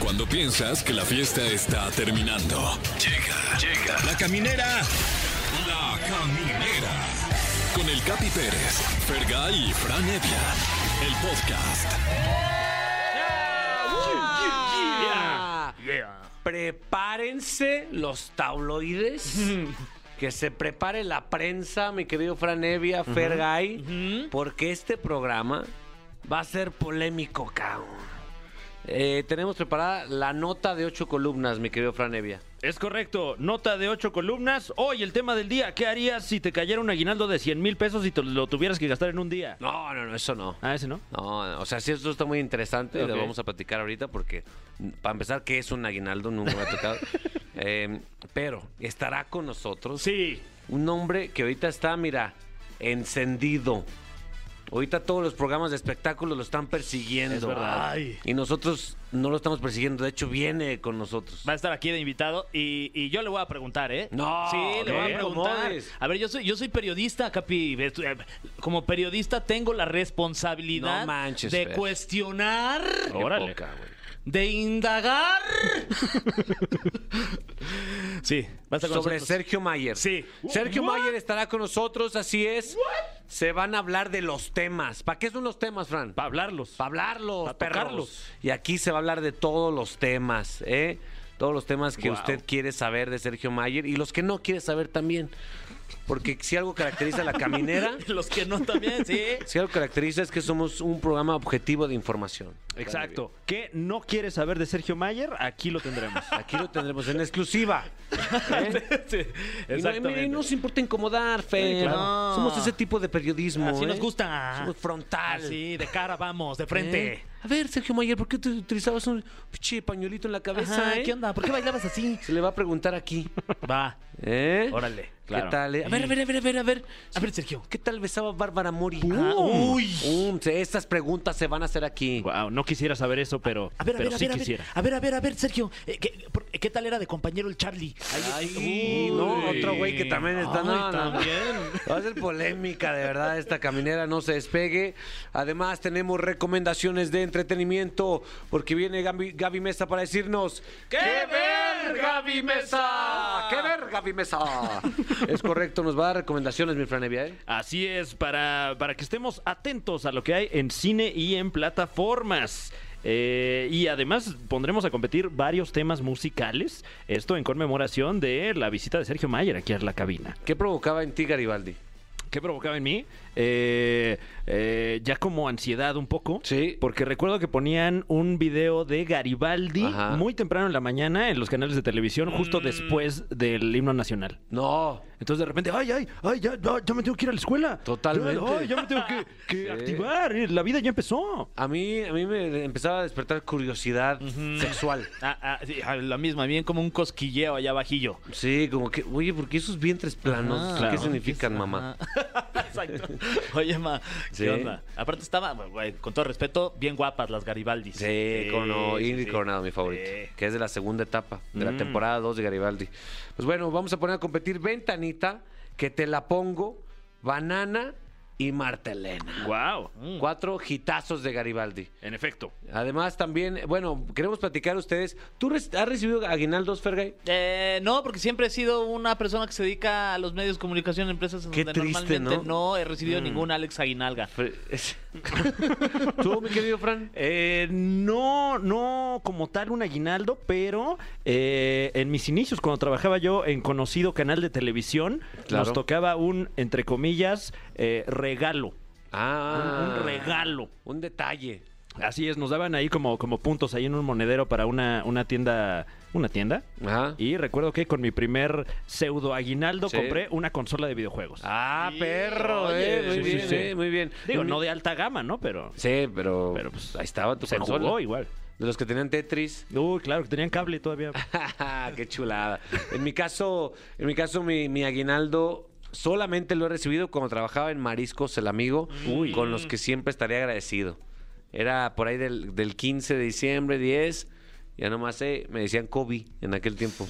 Cuando piensas que la fiesta está terminando. Llega, llega. La caminera. La caminera. Con el Capi Pérez, Fergay y Fran Evia. El podcast. Prepárense los tabloides. Que se prepare la prensa, mi querido Fran Evia, Fergay, porque este programa va a ser polémico, cabrón. Eh, tenemos preparada la nota de ocho columnas, mi querido Fran Evia. Es correcto, nota de ocho columnas. Hoy el tema del día, ¿qué harías si te cayera un aguinaldo de 100 mil pesos y te lo tuvieras que gastar en un día? No, no, no, eso no. Ah, ese no. No, no, o sea, sí, esto está muy interesante. Lo Ok. vamos a platicar ahorita porque, mm, para empezar, ¿qué es un aguinaldo? Nunca me ha tocado. Eh, pero estará con nosotros Sí. un hombre que ahorita está, mira, encendido. Ahorita todos los programas de espectáculos lo están persiguiendo. Es verdad. Ay. Y nosotros no lo estamos persiguiendo. De hecho, viene con nosotros. Va a estar aquí de invitado y, y yo le voy a preguntar, ¿eh? No, sí, le no voy a preguntar. incomodes. A ver, yo soy, yo soy periodista, Capi. eh, Como periodista tengo la responsabilidad No manches, de Fer. cuestionar, Qué Órale. poca, güey. de indagar. sí, va a estar con Sobre nosotros. Sergio Mayer. Sí. Sergio What? Mayer estará con nosotros, así es. Se van a hablar de los temas. ¿Para qué son los temas, Fran? Para hablarlos. Para hablarlos, Pa' perros. tocarlos. Y aquí se va a hablar de todos los temas, ¿eh? Todos los temas que Wow. usted quiere saber de Sergio Mayer y los que no quiere saber también. Porque si algo caracteriza a la caminera, Los que no también, sí. si algo caracteriza es que somos un programa objetivo de información. Exacto. ¿Qué no quieres saber de Sergio Mayer? Aquí lo tendremos. Aquí lo tendremos en exclusiva. ¿eh? Sí, Y no, mira, y no Exactamente. nos importa incomodar, Fer. Sí, claro. Somos ese tipo de periodismo. Así ¿eh? nos gusta. Somos frontal. Sí, de cara vamos, de frente. ¿Eh? A ver, Sergio Mayer, ¿por qué te utilizabas un pinche pañuelito en la cabeza? Ajá, eh? ¿Qué onda? ¿Por qué bailabas así? Se le va a preguntar aquí. Va. ¿Eh? Órale, Mm. ¿Qué claro. tal? eh? A ver, a ver, a ver, a ver, a ver. A ver, Sergio. ¿Qué tal besaba Bárbara Mori? Ah, uy. Um, se- estas preguntas se van a hacer aquí. Wow, no quisiera saber eso, pero, A ver, a pero ver, a sí ver, a ver, quisiera. a ver, a ver, a ver, Sergio, eh, ¿qué, por- qué tal era de compañero el Charlie? Ay, no, otro güey que también está. Ay, Ah, no, no, no. también. Va a ser polémica, de verdad, esta caminera no se despegue. Además, tenemos recomendaciones de entretenimiento, porque viene Gaby, Gaby Mesa para decirnos: ¡Qué ver, Gaby Mesa! ¡Qué ver, Gaby Mesa! es correcto, nos va a dar recomendaciones, mi franevia, ¿eh? Así es, para, para que estemos atentos a lo que hay en cine y en plataformas. Eh, y además pondremos a competir varios temas musicales. Esto en conmemoración de la visita de Sergio Mayer aquí a la cabina. ¿Qué provocaba en ti, Garibaldi? ¿Qué provocaba en mí? Eh, eh, ya como ansiedad un poco. Sí. Porque recuerdo que ponían un video de Garibaldi Ajá. Mm. muy temprano en la mañana en los canales de televisión, justo después del himno nacional. No, Entonces de repente, ay, ay, ay, ya, ya, ya me tengo que ir a la escuela. Totalmente. Ya, ay, ya me tengo que, que Sí. activar. eh, La vida ya empezó. a mí, a mí me empezaba a despertar curiosidad sexual. Ah, ah, sí, ah, la misma, bien como un cosquilleo allá bajillo. Sí, como que, oye, ¿por qué esos vientres planos? Ah, ¿Qué claro. significan, mamá? Exacto. Oye, ma, ¿qué Sí. onda? Aparte estaba, bueno, güey, con todo respeto, bien guapas las Garibaldis. Sí, Coronado, sí, Ingrid sí. Coronado, mi favorito. Sí. Que es de la segunda etapa, de la temporada 2 de Garibaldi. Pues bueno, vamos a poner a competir Ventanita, que te la pongo, Banana y Martelena. Wow. Cuatro hitazos de Garibaldi. En efecto. Además, también, bueno, queremos platicar a ustedes. ¿Tú res- has recibido aguinaldos, Fergay? Eh, no, porque siempre he sido una persona que se dedica a los medios de comunicación, empresas en Qué donde triste, normalmente ¿no? Mm. ¿no? he recibido ningún Alex Aguinalga. ¿Tú, mi querido Fran? Eh, no, no como tal un aguinaldo, pero eh, en mis inicios, cuando trabajaba yo en conocido canal de televisión, Claro. nos tocaba un, entre comillas, eh, regalo. Ah, Un, un regalo. Un detalle. Así es, nos daban ahí como, como puntos ahí en un monedero para una, una tienda. ¿Una tienda? Ajá. Y recuerdo que con mi primer pseudo aguinaldo Sí. compré una consola de videojuegos. Ah, Sí, perro, oye, eh. Muy sí, sí, bien, sí. eh, muy bien. Digo, Mi- no de alta gama, ¿no? Pero Sí, pero, Pero, pues, ahí estaba tu se consola. jugó igual. De los que tenían Tetris. Uy, claro, que tenían cable todavía. Qué chulada. En mi caso, en mi caso, mi, mi aguinaldo solamente lo he recibido cuando trabajaba en Mariscos el Amigo, con los que siempre estaré agradecido. Era por ahí del, del 15 de diciembre, 10. Ya nomás eh, me decían Kobe en aquel tiempo.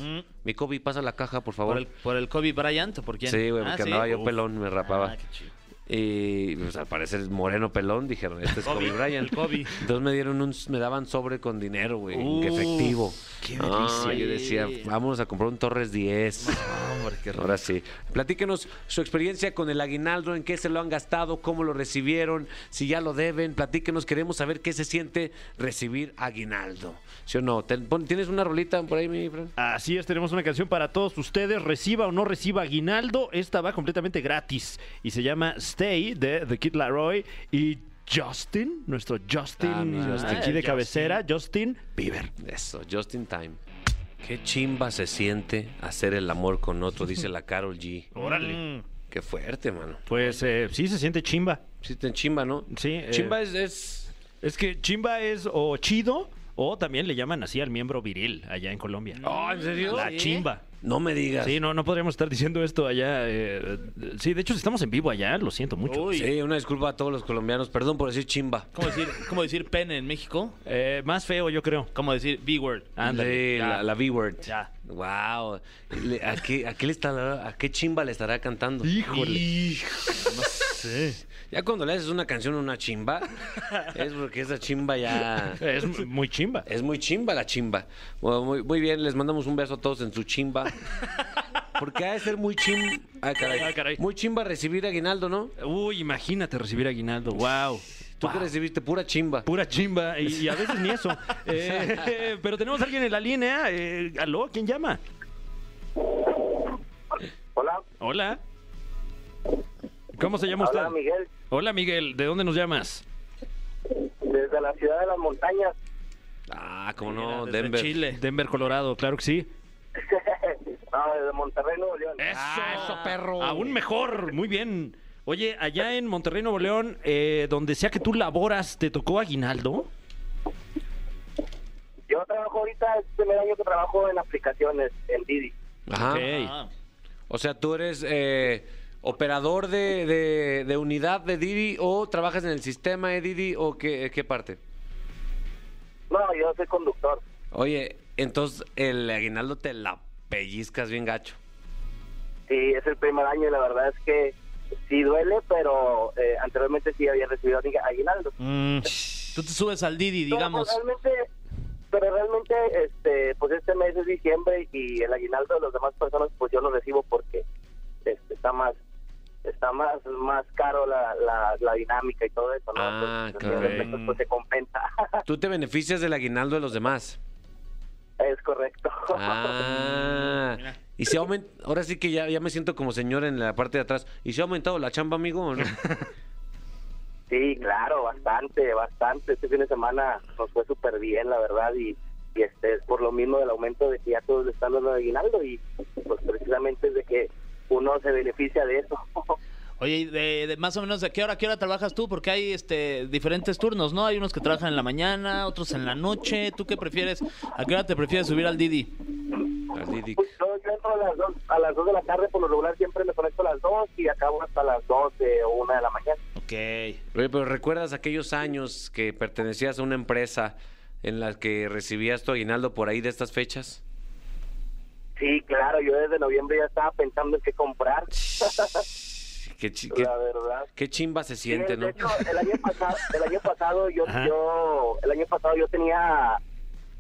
Mi Kobe, pasa la caja, por favor. ¿Por el, ¿Por el Kobe Bryant o por quién? Sí, güey, Ah, porque andaba yo Uf. pelón, me rapaba. Ah, qué chido. Y pues, al parecer es moreno pelón, dijeron, este es Kobe, Bryant. el Kobe. Entonces me dieron un, me daban sobre con dinero, güey, en Uf, efectivo. qué Ah, delicia. yo decía, vámonos a comprar un Torres 10. Ahora sí. Platíquenos su experiencia con el aguinaldo, en qué se lo han gastado, cómo lo recibieron, si ya lo deben. Platíquenos, queremos saber qué se siente recibir aguinaldo. ¿Sí o no? Ten- pon- ¿Tienes una rolita por ahí, mi Fran? Así es, tenemos una canción para todos ustedes, reciba o no reciba aguinaldo, esta va completamente gratis y se llama Stay de The Kid Laroi y Justin, nuestro Justin, este, Ah, mi Justin. aquí de Justin. cabecera, Justin Bieber. Eso, just in time. Qué chimba se siente hacer el amor con otro, dice la Carol G. Órale. Qué fuerte, mano. Pues eh, sí, se siente chimba. Sí, te chimba, ¿no? Sí, eh. Chimba es, es- Es que chimba es o chido o también le llaman así al miembro viril allá Ah, en Colombia. Oh, ¿en serio? La chimba. No me digas. Sí, no, no podríamos estar diciendo esto allá. eh, eh, sí, de hecho estamos en vivo allá, lo siento mucho. Uy. Sí, una disculpa a todos los colombianos. Perdón por decir chimba. ¿Cómo decir, cómo decir pene en México? Eh, más feo, yo creo. ¿Cómo decir Ah, B-word? Ándale, Sí, ya. la, la B-word. Ya. Wow. Le- ¿A qué, a qué le estará- a qué chimba le estará cantando? No sé. Ya cuando le haces una canción a una chimba, es porque esa chimba ya. Es m- muy chimba. Es muy chimba la chimba. Bueno, muy, muy bien, les mandamos un beso a todos en su chimba. Porque ha de ser muy chim... Ah, caray. Ah, caray. Muy chimba recibir aguinaldo, ¿no? Uy, imagínate recibir aguinaldo. Wow. Tú que recibiste pura chimba. Pura chimba y, y a veces ni eso. Eh, pero tenemos a alguien en la línea. eh, ¿Aló? ¿Quién llama? Hola, Hola. ¿Cómo se llama usted? hola Miguel, Hola, Miguel. ¿De dónde nos llamas? desde la ciudad de las montañas. Ah, como no, Desde Denver. Chile. Denver, Colorado. Claro que sí. Ah, desde Monterrey, Nuevo León. Eso, eso, perro. Aún mejor, muy bien. Oye, allá en Monterrey, Nuevo León, eh, donde sea que tú laboras, ¿te tocó aguinaldo? Yo trabajo ahorita, es el primer año que trabajo en aplicaciones, en Didi. Ajá. Ok. Ah, O sea, tú eres eh, operador de, de- de unidad de Didi o trabajas en el sistema de Didi o qué, qué parte. No, yo soy conductor. Oye, entonces el aguinaldo te la pellizcas bien gacho. Sí, es el primer año y la verdad es que sí duele, pero eh, anteriormente sí había recibido agu- aguinaldo. tú te subes al Didi, No, digamos. pues, realmente, pero realmente, este, pues este mes es diciembre y el aguinaldo de las demás personas, pues yo lo recibo porque este, está más está más más caro la, la, la dinámica y todo eso, ¿no? Ah, Entonces, correcto. de repente, pues, se compensa. Tú te beneficias del aguinaldo de los demás. es correcto. Ah. Y se ha aument- ahora sí que ya, ya me siento como señor en la parte de atrás. ¿Y se ha aumentado la chamba, amigo? o no? Sí, claro, bastante, bastante. Este fin de semana nos fue súper bien, la verdad, y, y este es por lo mismo del aumento de que ya todos le están dando aguinaldo y pues precisamente es de que uno se beneficia de eso. Oye, y de, de más o menos, ¿de qué hora, a qué hora trabajas tú? Porque hay este diferentes turnos, ¿no? Hay unos que trabajan en la mañana, otros en la noche. ¿Tú qué prefieres? ¿A qué hora te prefieres subir al Didi? Al Didi. Pues yo, yo entro a las, dos, a las dos de la tarde, por lo regular siempre me conecto a las dos y acabo hasta las 12 o una de la mañana. Ok. Oye, pero ¿recuerdas aquellos años que pertenecías a una empresa en la que recibías tu aguinaldo por ahí de estas fechas? Sí, claro, yo desde noviembre ya estaba pensando en qué comprar, Qué, chi- qué- la verdad. qué chimba se Sí, siente, de ¿no? hecho, el año pasado, el año pasado yo, Ajá. yo, el año pasado yo tenía,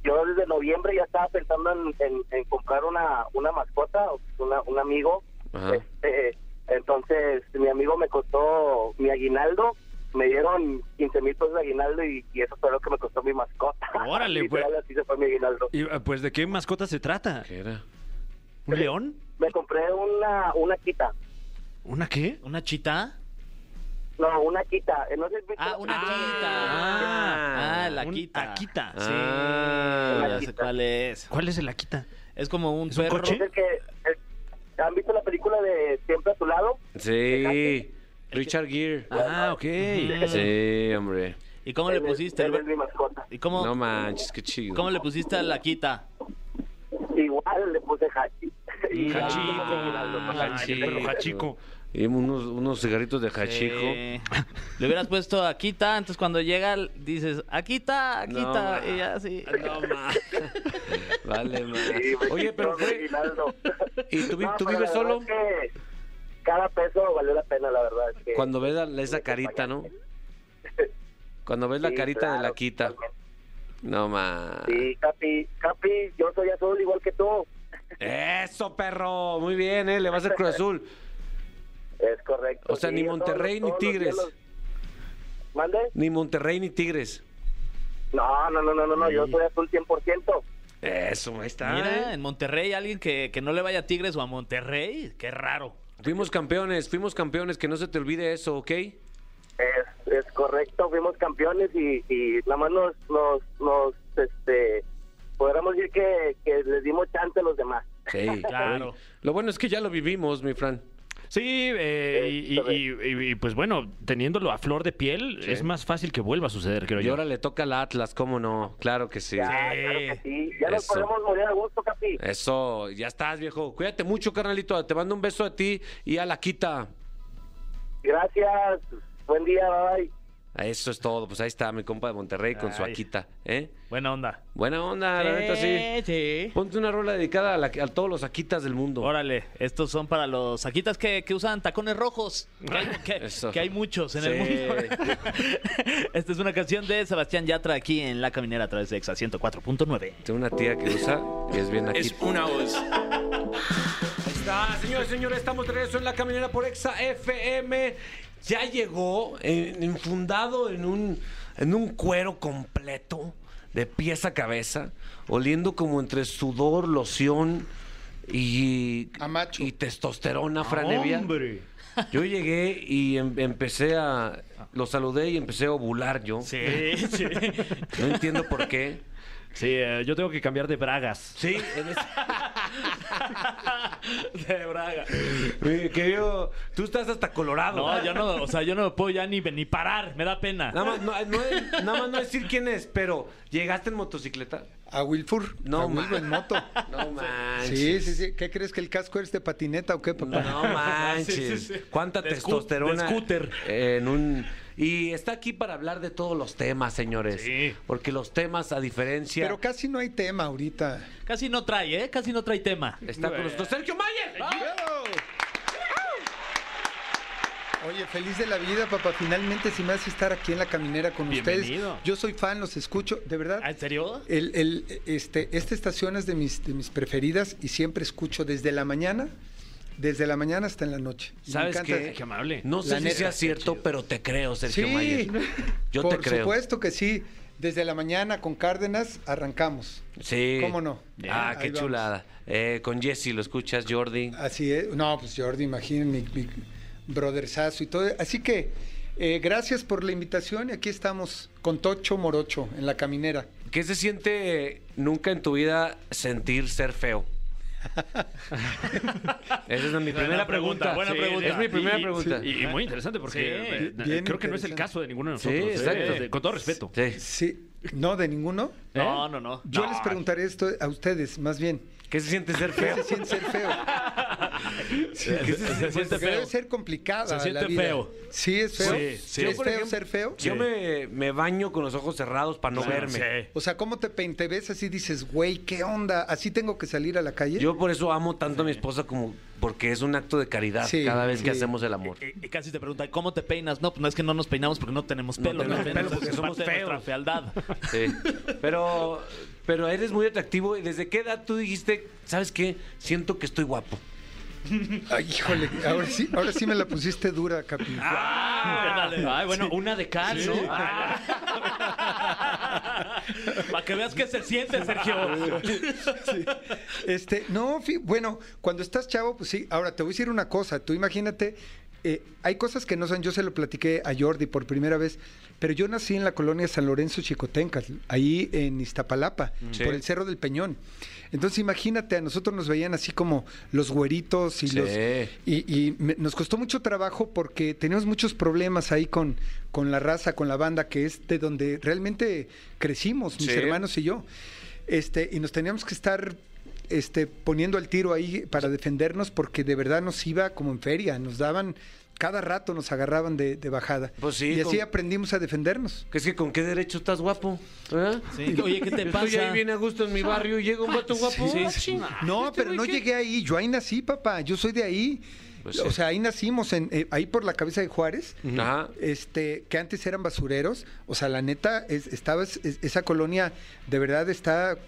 yo desde noviembre ya estaba pensando en, en- en comprar una, una mascota, una- un amigo. Ajá. Este, entonces mi amigo me costó mi aguinaldo, me dieron 15 mil pesos de aguinaldo y, y eso fue lo que me costó mi mascota. Órale, Literal, pues. Así se fue mi aguinaldo. Y, ah, pues, ¿de qué mascota se trata? ¿Qué era? ¿Un león? Me compré una, una quita. ¿Una qué? ¿Una chita? No, una quita. Eh, No sé si viste Ah, la una película. quita. Ah, la Un quita. Akita. Sí. Ah. Ya sé cuál es. ¿Cuál es el Akita? Es como un un perro. coche? Es el que, el- ¿Han visto la película de Siempre a tu lado? Sí. Richard Gere. Ah, ok. Sí, hombre. ¿Y cómo le Él es- pusiste? él es mi mascota. ¿Y cómo, No manches, qué chido. cómo le pusiste a la quita? Igual le puse hachi. Y- Hachico. Ah, Ay, el perro Hachico. Y unos, unos cigarritos de hachico. Sí. Le hubieras puesto Akita, antes cuando llega dices Akita, No, Akita, ma. y ya sí. No ma. Vale, ma. Sí, me Oye, pero quitó mi fue. aguinaldo. ¿Y tú, vi- No, tú pero vives la solo? verdad es que cada peso valió la pena, la verdad. es que- Cuando ves la- esa carita, ¿no? Cuando ves la Sí, carita de la claro, quita. totalmente. No más. Sí, Capi, Capi, yo soy azul igual que tú. Eso, perro. Muy bien, ¿eh? Le vas al Cruz Azul. Es correcto. O sea, sí, ni yo todos Monterrey ni los- todos los días Tigres. los- ¿Mande? Ni Monterrey ni Tigres. No, no, no, no, no, no, yo soy azul 100%. Eso, ahí está. Mira, ¿eh? en Monterrey alguien que, que no le vaya a Tigres o a Monterrey, qué raro. Fuimos campeones, fuimos campeones. Que no se te olvide eso, ¿ok? Es, es correcto, fuimos campeones y, y nada más nos, nos, nos, este, podríamos decir que, que les dimos chance a los demás. Sí. Claro. Lo bueno es que ya lo vivimos, mi Fran. Sí, eh, y, y- y- y- y, pues bueno, teniéndolo a flor de piel, es más fácil que vuelva a suceder, creo Y yo. ahora le toca al Atlas, ¿cómo no? Claro que sí. Ya, claro que sí. Ya nos eso. podemos morir a gusto, Capi. Eso, ya estás, viejo. Cuídate mucho, carnalito. Te mando un beso a ti y a la quita. Gracias, buen día, bye. bye. Eso es todo. Pues ahí está mi compa de Monterrey con su Ay. Aquita. ¿eh? Buena onda. Buena onda, Ah, la neta, sí. sí. Ponte una rola dedicada a, la- a todos los Aquitas del mundo. Órale, estos son para los saquitas que, que usan tacones rojos, que hay, que- Eso. que hay muchos en Sí. el mundo. Esta es una canción de Sebastián Yatra aquí en La Caminera a través de Exa 104.9. Tengo una tía que usa que es bien Aquita. una voz. Ahí está, señores, señores, estamos de regreso en la caminera por Exa FM. Ya llegó eh, enfundado en un, en un cuero completo, de pies a cabeza, oliendo como entre sudor, loción y, A macho. y testosterona, franevia. Yo llegué y em- empecé a. Lo saludé y empecé a ovular yo. Sí, sí. No entiendo por qué. Sí, eh, yo tengo que cambiar de bragas. Sí, en ese- De Braga. Mi querido, tú estás hasta colorado. No, yo no, o sea, yo no me puedo ya ni, ni parar, me da pena. Nada más no, no- nada más no decir quién es, pero llegaste en motocicleta. A Wilfur. No, a Wilfur ma. en moto. No manches. Sí, sí, sí. ¿Qué crees que el casco es de patineta o qué, papá? No manches. Sí, sí, sí. Cuánta De scu- testosterona. de scooter. En un y está aquí para hablar de todos los temas, señores. Sí. Porque los temas, a diferencia, Pero casi no hay tema ahorita. Casi no trae, ¿eh? Casi no trae tema. está con nosotros Sergio Mayer. Oye, feliz de la vida, papá. Finalmente se me hace estar aquí en la caminera con Bienvenido. ustedes. Yo soy fan, los escucho. De verdad, ¿Ah, ¿En serio? El, el- este, esta estación es de mis, de mis preferidas y siempre escucho desde la mañana, desde la mañana hasta en la noche. Y me ¿Sabes encanta. qué? Qué amable. No sé La si neta, sea qué cierto, pero te creo, Sergio Sí, Mayer. Yo por te creo. supuesto que sí. Desde la mañana con Cárdenas arrancamos. Sí. ¿Cómo no? Ah, Ahí qué vamos. chulada. Eh, con Jesse lo escuchas, Jordi. Así es. No, pues Jordi, imaginen mi, mi brotherzazo y todo. Así que eh, gracias por la invitación y aquí estamos con Tocho Morocho en la caminera. ¿Qué se siente eh, nunca en tu vida sentir ser feo? Esa es mi primera pregunta. pregunta, buena Sí, pregunta. Es mi primera Y- pregunta. Y, y muy interesante porque eh, bien creo que no es el interesante. caso de ninguno de nosotros. Sí, eh, exacto. de- Con todo respeto. Sí. Sí, ¿no de ninguno? No, no, no. Yo No. les preguntaré esto a ustedes, más bien. ¿Qué se siente ser ¿Qué feo? se siente ser feo? Se, se siente Porque feo. debe ser complicada Se la siente vida. feo. Sí, es feo. Sí, sí. ¿Es Yo, por feo ejemplo- ser feo? Yo me, me baño con los ojos cerrados para no verme. Sí. O sea, ¿cómo te, pe- te ves así y dices, güey, qué onda? ¿Así tengo que salir a la calle? Yo por eso amo tanto a mi esposa como porque es un acto de caridad Sí, cada vez que sí. hacemos el amor. Y, y casi te preguntan, ¿cómo te peinas? No, pues no es que no nos peinamos porque no tenemos pelo. tenemos Entonces, pelo porque es somos parte de nuestra feos. fealdad. Sí. Pero, pero eres muy atractivo y desde qué edad tú dijiste, ¿sabes qué? Siento que estoy guapo. Ay, híjole, ahora sí, ahora sí me la pusiste dura, Capi. Ay, bueno, una de cal, ¿no? Para que veas que se siente, Sergio. Este, no, fi- bueno, cuando estás chavo, pues sí. Ahora te voy a decir una cosa. Tú imagínate, eh, hay cosas que no son. Yo se lo platiqué a Jordi por primera vez, pero yo nací en la colonia San Lorenzo Chicotencas, ahí en Iztapalapa, Mm. Sí. por el Cerro del Peñón. Entonces imagínate, a nosotros nos veían así como los güeritos y Sí. los. Y, y me- nos costó mucho trabajo porque teníamos muchos problemas ahí con, con la raza, con la banda, que es de donde realmente crecimos, mis Sí. hermanos y yo. Este, y nos teníamos que estar este, poniendo al tiro ahí para defendernos porque de verdad nos iba como en feria, nos daban, cada rato nos agarraban de, de bajada. Pues sí, y así con- aprendimos a defendernos. Que es que con qué derecho estás guapo. ¿verdad? Sí, oye, ¿qué te Yo Estoy pasa? ahí bien a gusto en mi barrio y llega un vato guapo. Sí, sí. No, pero no llegué ahí, yo ahí nací, papá, yo soy de ahí. Pues o sí. sea, ahí nacimos, en, eh, ahí por la cabeza de Juárez, Ajá. este, que antes eran basureros. O sea, la neta, es- estaba, es- es- esa colonia de verdad está.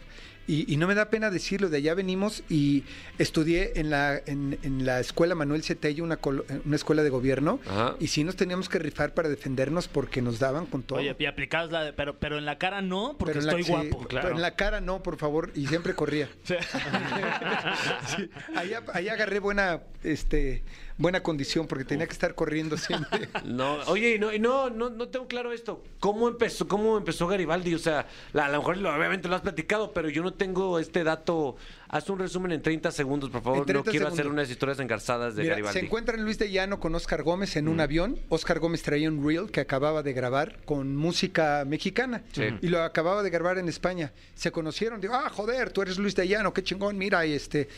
Y, y no me da pena decirlo, de allá venimos y estudié en la, en, en la escuela Manuel Cetello, una, colo- una escuela de gobierno, Ajá. y sí nos teníamos que rifar para defendernos porque nos daban con todo. Oye, y aplicabas la de, pero, pero en la cara no, porque Pero en la- estoy sí, guapo. pero en la cara no, por favor, y siempre corría. Sí, ahí, ap- ahí agarré buena, este, buena condición porque tenía que estar corriendo siempre. No, oye, y no, y no, no, no tengo claro esto. ¿Cómo empezó, cómo empezó Garibaldi? O sea, la- a lo mejor lo- obviamente lo has platicado, pero yo no tengo este dato. Haz un resumen en 30 segundos, por favor. En 30 no quiero hacer segundos. unas historias engarzadas de Mira, Garibaldi. Mm. se encuentran Luis de Llano con Oscar Gómez en un avión. Oscar Gómez traía un reel que acababa de grabar con música mexicana Sí. y lo acababa de grabar en España. Se conocieron, digo, ah, joder, tú eres Luis de Llano, qué chingón, mira, y este.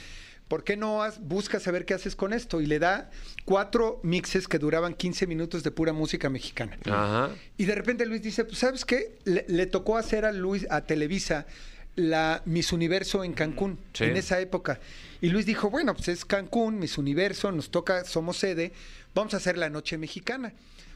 ¿Por qué no has- buscas saber qué haces con esto? Y le da cuatro mixes que duraban 15 minutos de pura música mexicana. Ajá. Y de repente Luis dice, pues sabes qué, le, le tocó hacer a Luis a Televisa la Miss Universo en Cancún Mm, Sí. en esa época. Y Luis dijo, bueno, pues es Cancún, Miss Universo, nos toca, somos sede, vamos a hacer la noche mexicana.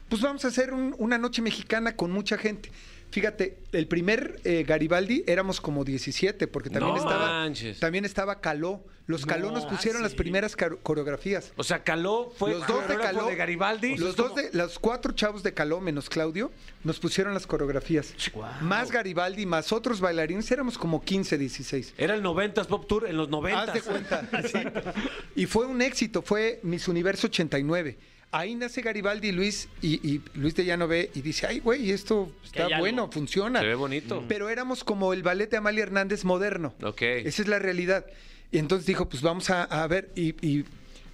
Pues vamos a hacer un- una noche mexicana con mucha gente. Fíjate, el primer eh, Garibaldi éramos como 17, porque también No estaba manches. ah, también estaba Caló. Los Caló nos pusieron las primeras caro- coreografías O sea, Caló fue los dos de coreógrafo Caló, de Garibaldi. Los dos de, los cuatro chavos de Caló menos Claudio nos pusieron las coreografías. Más Garibaldi, más otros bailarines, éramos como 15, 16. Era el 90s Pop Tour en los 90s. Haz de cuenta. Exacto. Y fue un éxito, fue Miss Universo 89. Ahí nace Garibaldi y Luis, y, y Luis de Llano ve y dice, ay, güey, esto hay está algo. bueno, funciona. Se ve bonito. Pero éramos como el ballet de Amalia Hernández moderno. Ok. Esa es la realidad. Y entonces dijo, pues vamos a, a ver. Y, y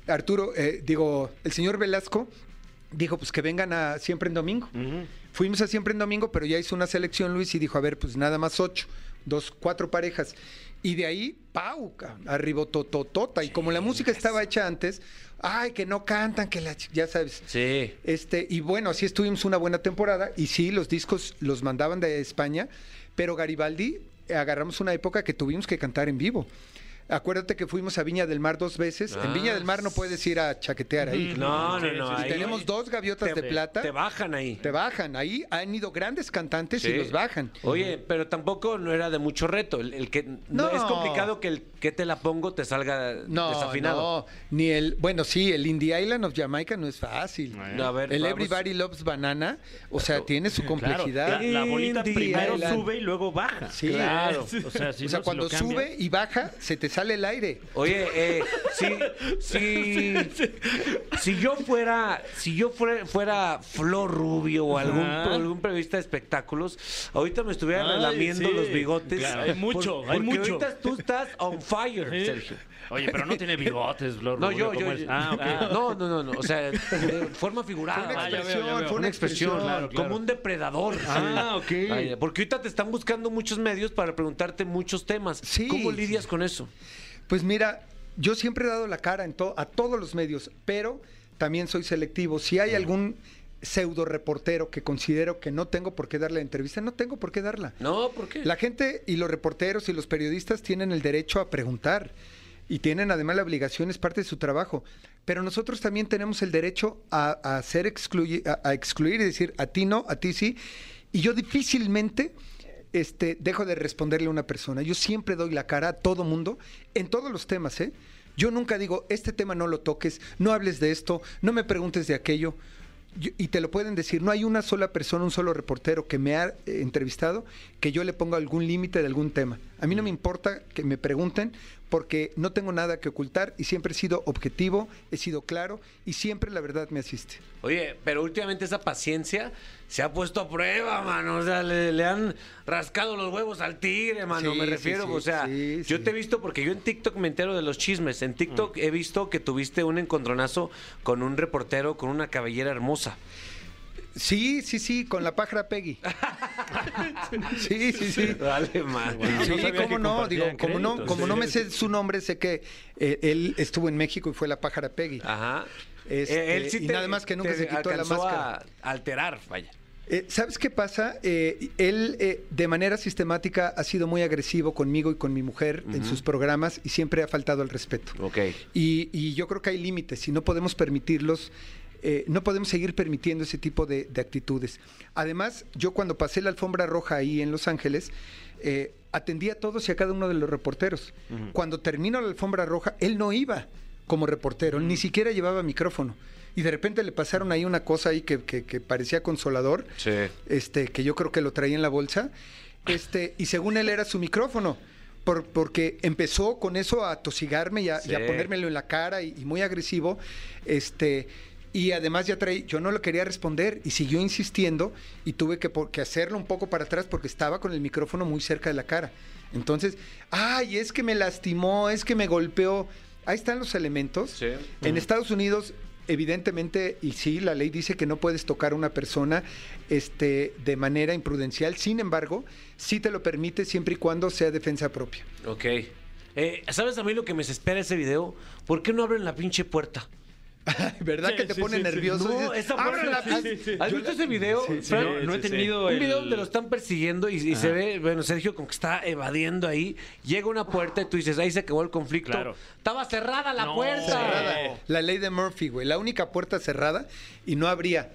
Arturo, eh, digo, el señor Velasco dijo, pues que vengan a Siempre en Domingo. Mm. Fuimos a Siempre en Domingo, pero ya hizo una selección Luis y dijo, a ver, pues nada más ocho, dos, cuatro parejas. Y de ahí, pau, cabrón, arribó tototota. Y como la música estaba hecha antes, ay, que no cantan, que la... ch- Ya sabes. Sí. Este, y bueno, así estuvimos una buena temporada. Y sí, los discos los mandaban de España, pero Garibaldi eh, agarramos una época que tuvimos que cantar en vivo. Acuérdate que fuimos a Viña del Mar dos veces. En Viña del Mar no puedes ir a chaquetear ahí. Ah, No, no, no. Y ahí tenemos dos gaviotas te- de plata. Te bajan ahí. Te bajan. Ahí han ido grandes cantantes Sí. y los bajan. Oye, pero tampoco no era de mucho reto. El, el que no. No. es complicado que el que te la pongo te salga No, desafinado. no, ni el, bueno, sí, el Indie Island of Jamaica no es fácil. No, a ver, el vamos. Everybody Loves Banana, o sea, tiene su Claro, complejidad. la, la bolita Indie primero Island. sube y luego baja. Sí. Claro. O sea, si o sea, no, si cuando lo cambias- sube y baja, se te sale el aire. Oye, eh, si, si, si yo fuera, si yo fuera, fuera Flor Rubio o algún, Ajá. algún periodista de espectáculos, ahorita me estuviera Ay, relamiendo sí. los bigotes. Claro. Hay mucho, porque hay mucho. ahorita tú estás on fire, Sí. Sergio. Oye, pero no tiene bigotes, Flor No, yo, Rubio, yo, ¿cómo es? yo- Ah, ok. no, no, no, no, o sea, de forma figurada. Fue una Ah, ya veo, ya expresión, veo. fue una Una expresión, expresión. como un depredador. Ah, Sí. ok. Ay, porque ahorita te están buscando muchos medios para preguntarte muchos temas. Sí. ¿Cómo lidias con eso? Pues mira, yo siempre he dado la cara en to- a todos los medios, pero también soy selectivo. Si hay algún pseudo reportero que considero que no tengo por qué darle la entrevista, no tengo por qué darla. No, ¿por qué? La gente y los reporteros y los periodistas tienen el derecho a preguntar y tienen además la obligación, es parte de su trabajo. Pero nosotros también tenemos el derecho a, a ser excluye- a, a excluir y decir a ti no, a ti sí. Y yo difícilmente este, dejo de responderle a una persona. Yo siempre doy la cara a todo mundo en todos los temas, ¿eh? Yo nunca digo, este tema no lo toques, no hables de esto, no me preguntes de aquello. Yo- y te lo pueden decir, no hay una sola persona, un solo reportero que me ha eh, entrevistado que yo le ponga algún límite de algún tema. A mí no me Mm. importa que me pregunten porque no tengo nada que ocultar y siempre he sido objetivo, he sido claro y siempre la verdad me asiste. Oye, pero últimamente esa paciencia se ha puesto a prueba, mano. O sea, le, le han rascado los huevos al tigre, mano. Sí, me sí, refiero, sí, o sea, sí, yo sí. Mm. te he visto porque yo en TikTok me entero de los chismes. En TikTok he visto que tuviste un encontronazo con un reportero con una cabellera hermosa. Sí, sí, sí, con la pájara Peggy. sí, sí, sí. Dale, man. Sí, no sabía cómo que no, digo, compartían como no, créditos, como sí. no me sé su nombre, sé que eh, él estuvo en México y fue la pájara Peggy. Ajá. Este, Eh, y nada más que nunca te se quitó la alcanzó máscara. A alterar, vaya. Eh, ¿Sabes qué pasa? Eh, él eh, de manera sistemática ha sido muy agresivo conmigo y con mi mujer en sus programas y siempre ha faltado al respeto. Ok. Y, y yo creo que hay límites y no podemos permitirlos, eh, no podemos seguir permitiendo ese tipo de, de actitudes. Además, yo cuando pasé la alfombra roja ahí en Los Ángeles, eh, atendí a todos y a cada uno de los reporteros. Cuando terminó la alfombra roja, él no iba como reportero, ni siquiera llevaba micrófono. Y de repente le pasaron ahí una cosa ahí que, que- que parecía consolador, Sí. este, que yo creo que lo traía en la bolsa, este, y según él era su micrófono. por- porque empezó con eso a tosigarme y a, y a Sí. ponérmelo en la cara y, y muy agresivo. Este, y además ya traí, yo no lo quería responder y siguió insistiendo y tuve que, po- que hacerlo un poco para atrás porque estaba con el micrófono muy cerca de la cara. Entonces, ay, es que me lastimó, es que me golpeó. Ahí están los elementos. Sí. En Estados Unidos, evidentemente, y sí, la ley dice que no puedes tocar a una persona este, de manera imprudencial. Sin embargo, sí te lo permite siempre y cuando sea defensa propia. Ok. Eh, ¿Sabes a mí lo que me desespera ese video? ¿Por qué no abren la pinche puerta? ¿Verdad Sí, que te sí, pone sí, sí. nervioso? Y No, dices, pues". esa "Abran puerta. la sí, pin-". sí, sí. ¿Has Yo visto la- ese video? Sí, sí. Fran? no, no he Sí, sí. tenido Un el- video donde lo están persiguiendo y, y se ve, bueno, Sergio como que está evadiendo ahí. Llega una puerta y tú dices, ahí se acabó el conflicto. Claro. Estaba cerrada la No. puerta. Eh. cerrada. La ley de Murphy, güey. La única puerta cerrada y no abría.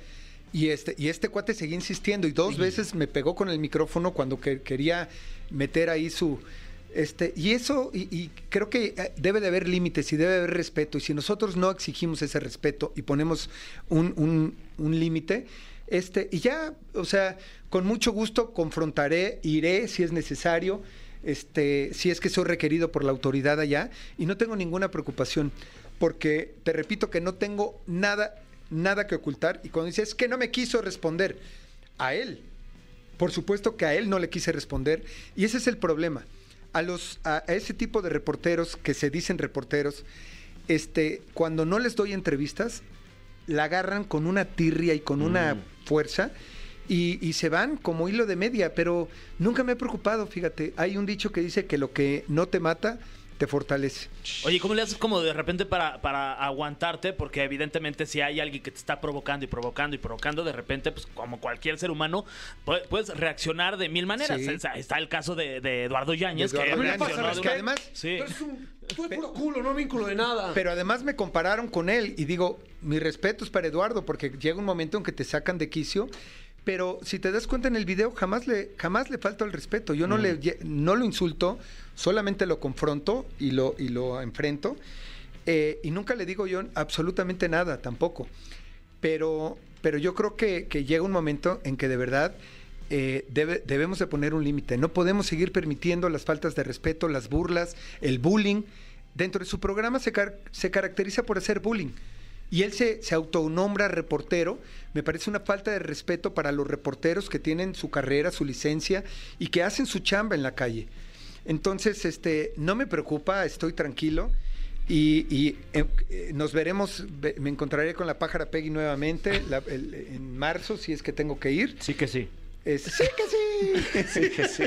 Y este, y este cuate seguía insistiendo y dos veces me pegó con el micrófono cuando que- quería meter ahí su... Este, y eso, y, y creo que eh, debe de haber límites y debe de haber respeto. Y si nosotros no exigimos ese respeto y ponemos un, un- un límite, este, y ya, o sea, con mucho gusto confrontaré, iré si es necesario, este, si es que soy requerido por la autoridad allá, y no tengo ninguna preocupación porque te repito que no tengo nada, nada que ocultar. Y cuando dices "Es que no me quiso responder a él, por supuesto que a él no le quise responder. Y ese es el problema. A, los, a, a ese tipo de reporteros que se dicen reporteros, este, cuando no les doy entrevistas, la agarran con una tirria y con una fuerza y, y se van como hilo de media, pero nunca me he preocupado, fíjate. Hay un dicho que dice que lo que no te mata, te fortalece. Oye, ¿cómo le haces como de repente para, para aguantarte? Porque evidentemente si hay alguien que te está provocando y provocando y provocando, de repente, pues como cualquier ser humano, pu- puedes reaccionar de mil maneras. Sí. Está, está el caso de, de Eduardo Yáñez, De que Eduardo Yáñez. reaccionó Pasa, de que una- además- Sí. Tú eres un- tú eres puro culo, no vínculo de nada. Pero además me compararon con él y digo, mis respetos para Eduardo, porque llega un momento en que te sacan de quicio. Pero si te das cuenta en el video, jamás le, jamás le falta el respeto. Yo no, le, lle- no lo insulto, solamente lo confronto y lo, y lo enfrento. Eh, y nunca le digo yo absolutamente nada tampoco. Pero, pero yo creo que, que llega un momento en que de verdad eh, debe- debemos de poner un límite. No podemos seguir permitiendo las faltas de respeto, las burlas, el bullying. Dentro de su programa se, car- se caracteriza por hacer bullying. Y él se, se autonombra reportero. Me parece una falta de respeto para los reporteros que tienen su carrera, su licencia y que hacen su chamba en la calle. Entonces, este, no me preocupa, estoy tranquilo. Y, y, eh, eh, nos veremos, ve- me encontraré con la pájara Peggy nuevamente la- el- en marzo, si es que tengo que ir. Sí que sí. Es- sí que sí.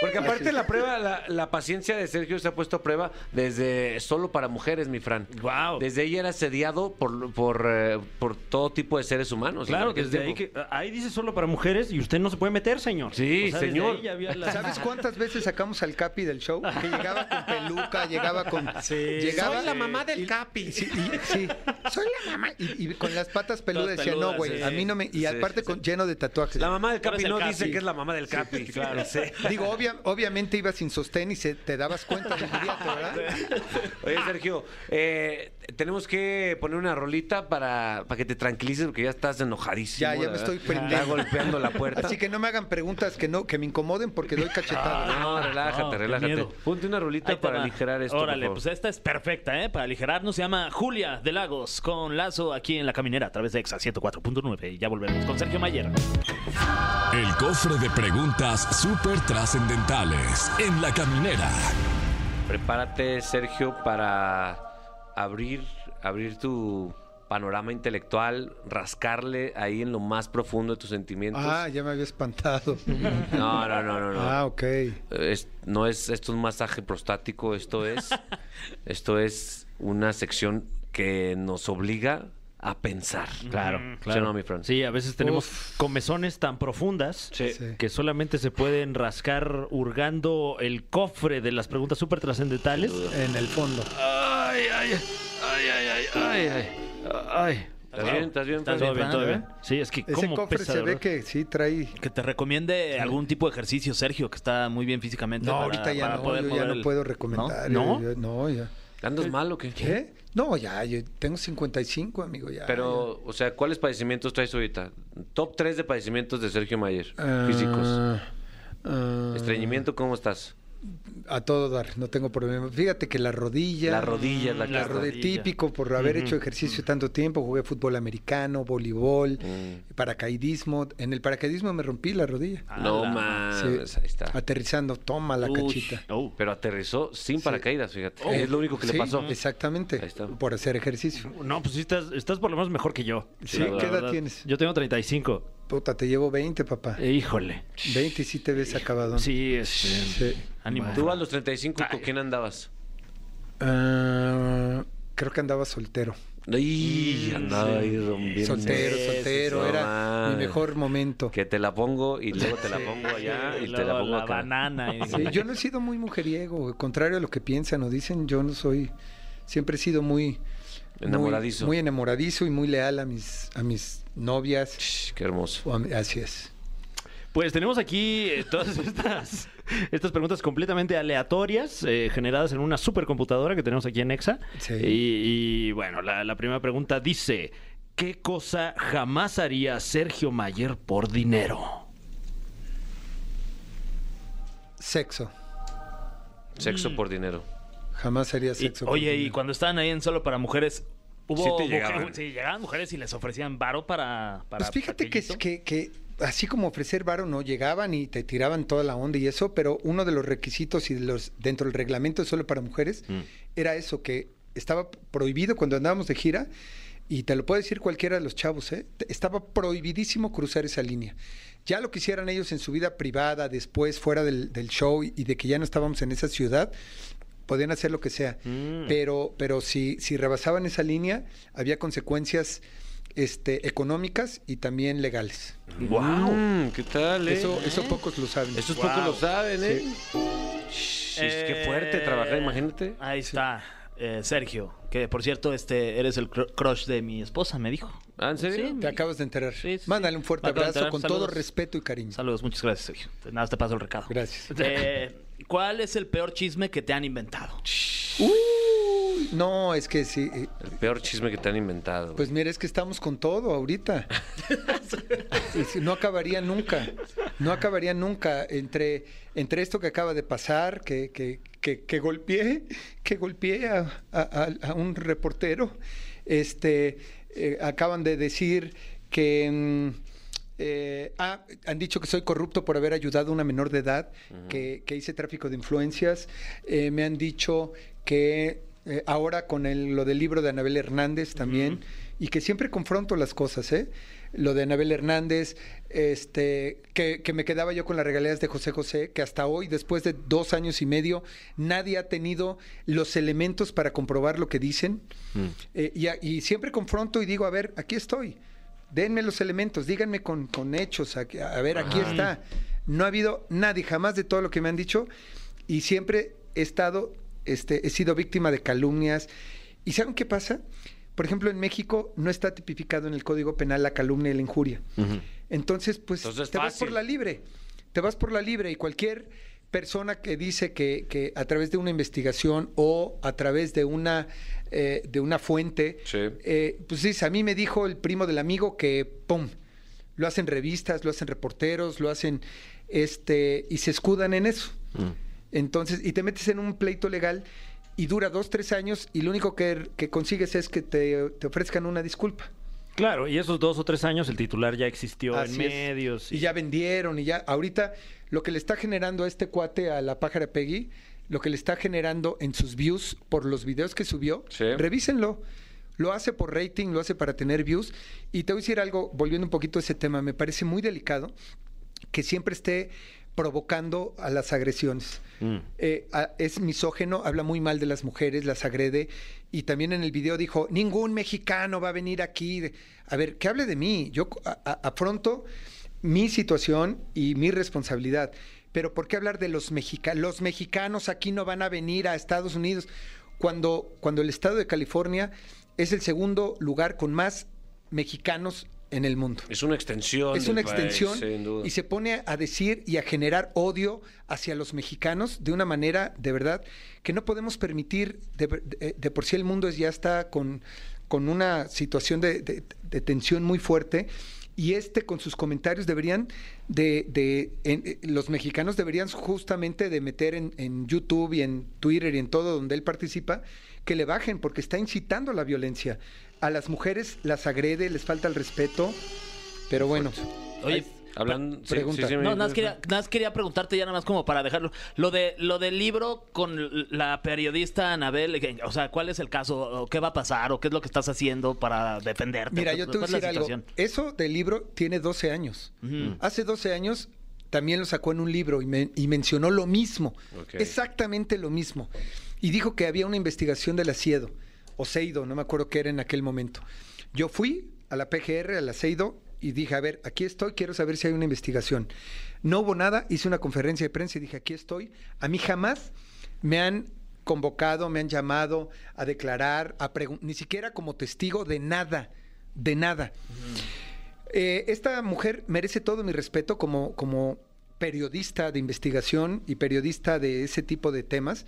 Porque aparte la prueba, la, la paciencia de Sergio se ha puesto a prueba desde solo para mujeres, mi Fran. Wow. Desde ella era sediado por, por, eh, por todo tipo de seres humanos. Claro, Desde desde ahí aquel que ahí dice solo para mujeres y usted no se puede meter, señor. Sí, desde señor. ahí ya había la- ¿Sabes cuántas veces sacamos al Capi del show? Que llegaba con peluca, llegaba con. llegaba- Soy la mamá del y- Capi. y- sí, y- sí, soy la mamá. Y, y con las patas peludas Todas decía, no, peludas, güey, sí. a mí no me. Y Sí, aparte sí. con, lleno de tatuajes. La mamá del Tú eres Capi el no Capi. dice que es la mamá del Capi. claro. Digo, obvia- obviamente iba sin sostén y se, te dabas cuenta de inmediato, ¿verdad? Oye, Sergio, eh, tenemos que poner una rolita para, para que te tranquilices porque ya estás enojadísimo. Ya, ya me la verdad. estoy prendiendo. Está golpeando la puerta. Así que no me hagan preguntas que no que me incomoden porque doy cachetadas. Ah, No, relájate, no, qué relájate. miedo. Ponte una rolita Ahí te para va. aligerar esto. por Órale, favor. pues esta es perfecta, ¿eh? Para aligerarnos se llama Julia de Lagos con Lazo aquí en la caminera a través de Exa 104.9. Y ya volvemos con Sergio Mayer. El cofre de preguntas súper trascendentales en la caminera. Prepárate, Sergio, para abrir, abrir tu panorama intelectual, rascarle ahí en lo más profundo de tus sentimientos. Ah, ya me había espantado. No, no, no, no, no. Ah, ok. Es- no es esto es un masaje prostático, esto es esto es una sección que nos obliga a pensar. Claro, claro. Channel Me Friends. Sí, a veces tenemos Uf. comezones tan profundas Sí. que solamente se pueden rascar hurgando el cofre de las preguntas súper trascendentales. En el fondo. Ah, Ay, ay, ay, ay, ay, ay, ay, ay. ¿Estás bien? ¿Estás bien? ¿Estás Fran? bien, Todo ¿verdad? bien. Sí, es que ¿eh? Ese cómo cofre pesa, se de ve verdad. que sí trae. Que te recomiende algún tipo de ejercicio, Sergio, que está muy bien físicamente. No, para- ahorita ya para no, poder yo ya mover no el- puedo recomendar. ¿No? yo- yo- no, ya. ¿Andas mal o qué? ¿Qué? No, ya, yo tengo 55, amigo, ya. Pero, o sea, ¿cuáles padecimientos traes ahorita? Top 3 de padecimientos de Sergio Mayer, ya. físicos. Ah, ah, Estreñimiento, ¿cómo estás? A todo dar, no tengo problema. Fíjate que la rodilla. La rodilla es la que La está. rodilla, típico por haber hecho ejercicio tanto tiempo, jugué fútbol americano, voleibol, Mm. paracaidismo. En el paracaidismo me rompí la rodilla. No Ah, la- mames, Sí. pues ahí está. Aterrizando, toma la Uy. cachita. Oh. Pero aterrizó sin paracaídas, fíjate. Eh, es lo único que sí, le pasó. Exactamente. Ahí está. Por hacer ejercicio. No, pues sí, estás, estás por lo menos mejor que yo. Sí, La- la ¿qué edad tienes? Yo tengo 35. Puta, te llevo 20, papá. Eh, híjole. 20 y sí te ves acabado. Sí, es. Sí. Ánimo. Tú a los 35, Ay. ¿con quién andabas? Ah, creo que andaba soltero. Ay, andaba ahí rompiendo. Mm, soltero, Sí, soltero. sí, sí. era No mi mames. mejor momento. Que te la pongo y luego te la Sí. pongo allá y, Y te la luego pongo acá. banana. y- Sí, yo no he sido muy mujeriego, güey, contrario a lo que piensan o dicen, yo no soy, siempre he sido muy muy- Enamoradizo. muy, enamoradizo y muy leal a mis a mis novias. Shh, Qué hermoso. o a mi- así es. Pues tenemos aquí eh, todas estas, estas preguntas completamente aleatorias, eh, generadas en una supercomputadora que tenemos aquí en Exa. Sí. Y, y, bueno, la, la primera pregunta dice: ¿Qué cosa jamás haría Sergio Mayer por dinero? Sexo. Sexo por dinero. Jamás haría Y- sexo. oye, con y dinero. cuando estaban ahí en solo para mujeres, hubo Sí te mujer- llegaban. sí, llegaban mujeres y les ofrecían varo para, para Pues fíjate que, taquillito. que, que así como ofrecer varo, no llegaban y te tiraban toda la onda y eso, pero uno de los requisitos y de los dentro del reglamento solo para mujeres era eso, que estaba prohibido cuando andábamos de gira, y te lo puede decir cualquiera de los chavos, ¿eh? Te- estaba prohibidísimo cruzar esa línea. Ya lo que hicieran ellos en su vida privada, después, fuera del, del show y de que ya no estábamos en esa ciudad, podían hacer lo que sea. Pero, pero si, si rebasaban esa línea, había consecuencias este, económicas y también legales. ¡Wow! ¿Qué tal, eh? Mm. Eso, eso pocos lo saben. Esos pocos lo saben, ¿eh? Shh, Eh, Pues Qué fuerte trabajar, imagínate. ah, Ahí está, eh, Sergio, que por cierto, este eres el cru- crush de mi esposa, me dijo. Ah, ¿En serio? Sí. Te acabas de enterar. Sí, sí, sí. Mándale un fuerte Me acabo de abrazo enterar. con todo Saludos. respeto y cariño. Saludos, muchas gracias, Sergio. Te- Nada, más te paso el recado. Gracias. Eh, ¿Cuál es el peor chisme que te han inventado? Uy, no, es que sí. eh, El peor chisme que te han inventado. Pues mira, es que estamos con todo ahorita. Es- No acabaría nunca. No acabaría nunca entre, entre esto que acaba de pasar, que, que, que, que golpeé, que golpeé a, a- a- a un reportero. Este, eh, acaban de decir que mm, eh, ah, han dicho que soy corrupto por haber ayudado a una menor de edad, que, que hice tráfico de influencias. Eh, me han dicho que eh, ahora con el- lo del libro de Anabel Hernández también, y que siempre confronto las cosas, ¿eh? Lo de Anabel Hernández, este, que, que me quedaba yo con las regalías de José José, que hasta hoy, después de dos años y medio, nadie ha tenido los elementos para comprobar lo que dicen. Mm. Eh, y, a- y siempre confronto y digo, a ver, aquí estoy. Denme los elementos, díganme con, con hechos. A, a ver, aquí está. No ha habido nadie jamás de todo lo que me han dicho. Y siempre he estado, este, he sido víctima de calumnias. ¿Y saben qué pasa? Por ejemplo, en México no está tipificado en el Código Penal la calumnia y la injuria. Entonces, pues Entonces, te vas fácil. por la libre. Te vas por la libre y cualquier persona que dice que, que a través de una investigación o a través de una, eh, de una fuente, Sí. eh, pues dice, a mí me dijo el primo del amigo que, ¡pum! Lo hacen revistas, lo hacen reporteros, lo hacen, este, y se escudan en eso. Mm. Entonces, y te metes en un pleito legal y dura dos, tres años y lo único que, que consigues es que te, te ofrezcan una disculpa. Claro, y esos dos o tres años el titular ya existió en Así es. medios. Y ya vendieron, y ya. Ahorita, lo que le está generando a este cuate, a la pájara Peggy, lo que le está generando en sus views por los videos que subió, Sí. revísenlo. Lo hace por rating, lo hace para tener views. Y te voy a decir algo, volviendo un poquito a ese tema, me parece muy delicado que siempre esté provocando a las agresiones. Eh, a- es misógeno, habla muy mal de las mujeres, las agrede. Y también en el video dijo, ningún mexicano va a venir aquí. A ver, que hable de mí. Yo a- a- afronto mi situación y mi responsabilidad. Pero ¿por qué hablar de los mexicanos? Los mexicanos aquí no van a venir a Estados Unidos cuando, cuando el estado de California es el segundo lugar con más mexicanos en el mundo. Es una extensión. Es del una país, extensión sin duda. y se pone a decir y a generar odio hacia los mexicanos de una manera de verdad que no podemos permitir. De, de- de por sí el mundo es- ya está con, con una situación de, de- de tensión muy fuerte y este con sus comentarios deberían de, de- en- eh, los mexicanos deberían justamente de meter en, en YouTube y en Twitter y en todo donde él participa que le bajen porque está incitando a la violencia. A las mujeres las agrede, les falta el respeto, pero bueno. Oye, Hablando. sí, pregunta. sí, sí, no, me- nada más, quería, nada más quería preguntarte ya nada más como para dejarlo. Lo de lo del libro con la periodista Anabel, que- o sea, ¿cuál es el caso? ¿O ¿Qué va a pasar? ¿O qué es lo que estás haciendo para defenderte? Mira, yo te voy ¿Cuál a es decir pues, la algo. situación? Eso del libro tiene 12 años. Ujú. Hace 12 años también lo sacó en un libro y, men- y mencionó lo mismo. Ok. Exactamente lo mismo. Y dijo que había una investigación del ASIEDO o Seido, no me acuerdo qué era en aquel momento. Yo fui a la PGR, a la Seido, y dije, a ver, aquí estoy, quiero saber si hay una investigación. No hubo nada, hice una conferencia de prensa y dije, aquí estoy. A mí jamás me han convocado, me han llamado a declarar, a pregun- ni siquiera como testigo de nada, de nada. Eh, esta mujer merece todo mi respeto como, como periodista de investigación y periodista de ese tipo de temas.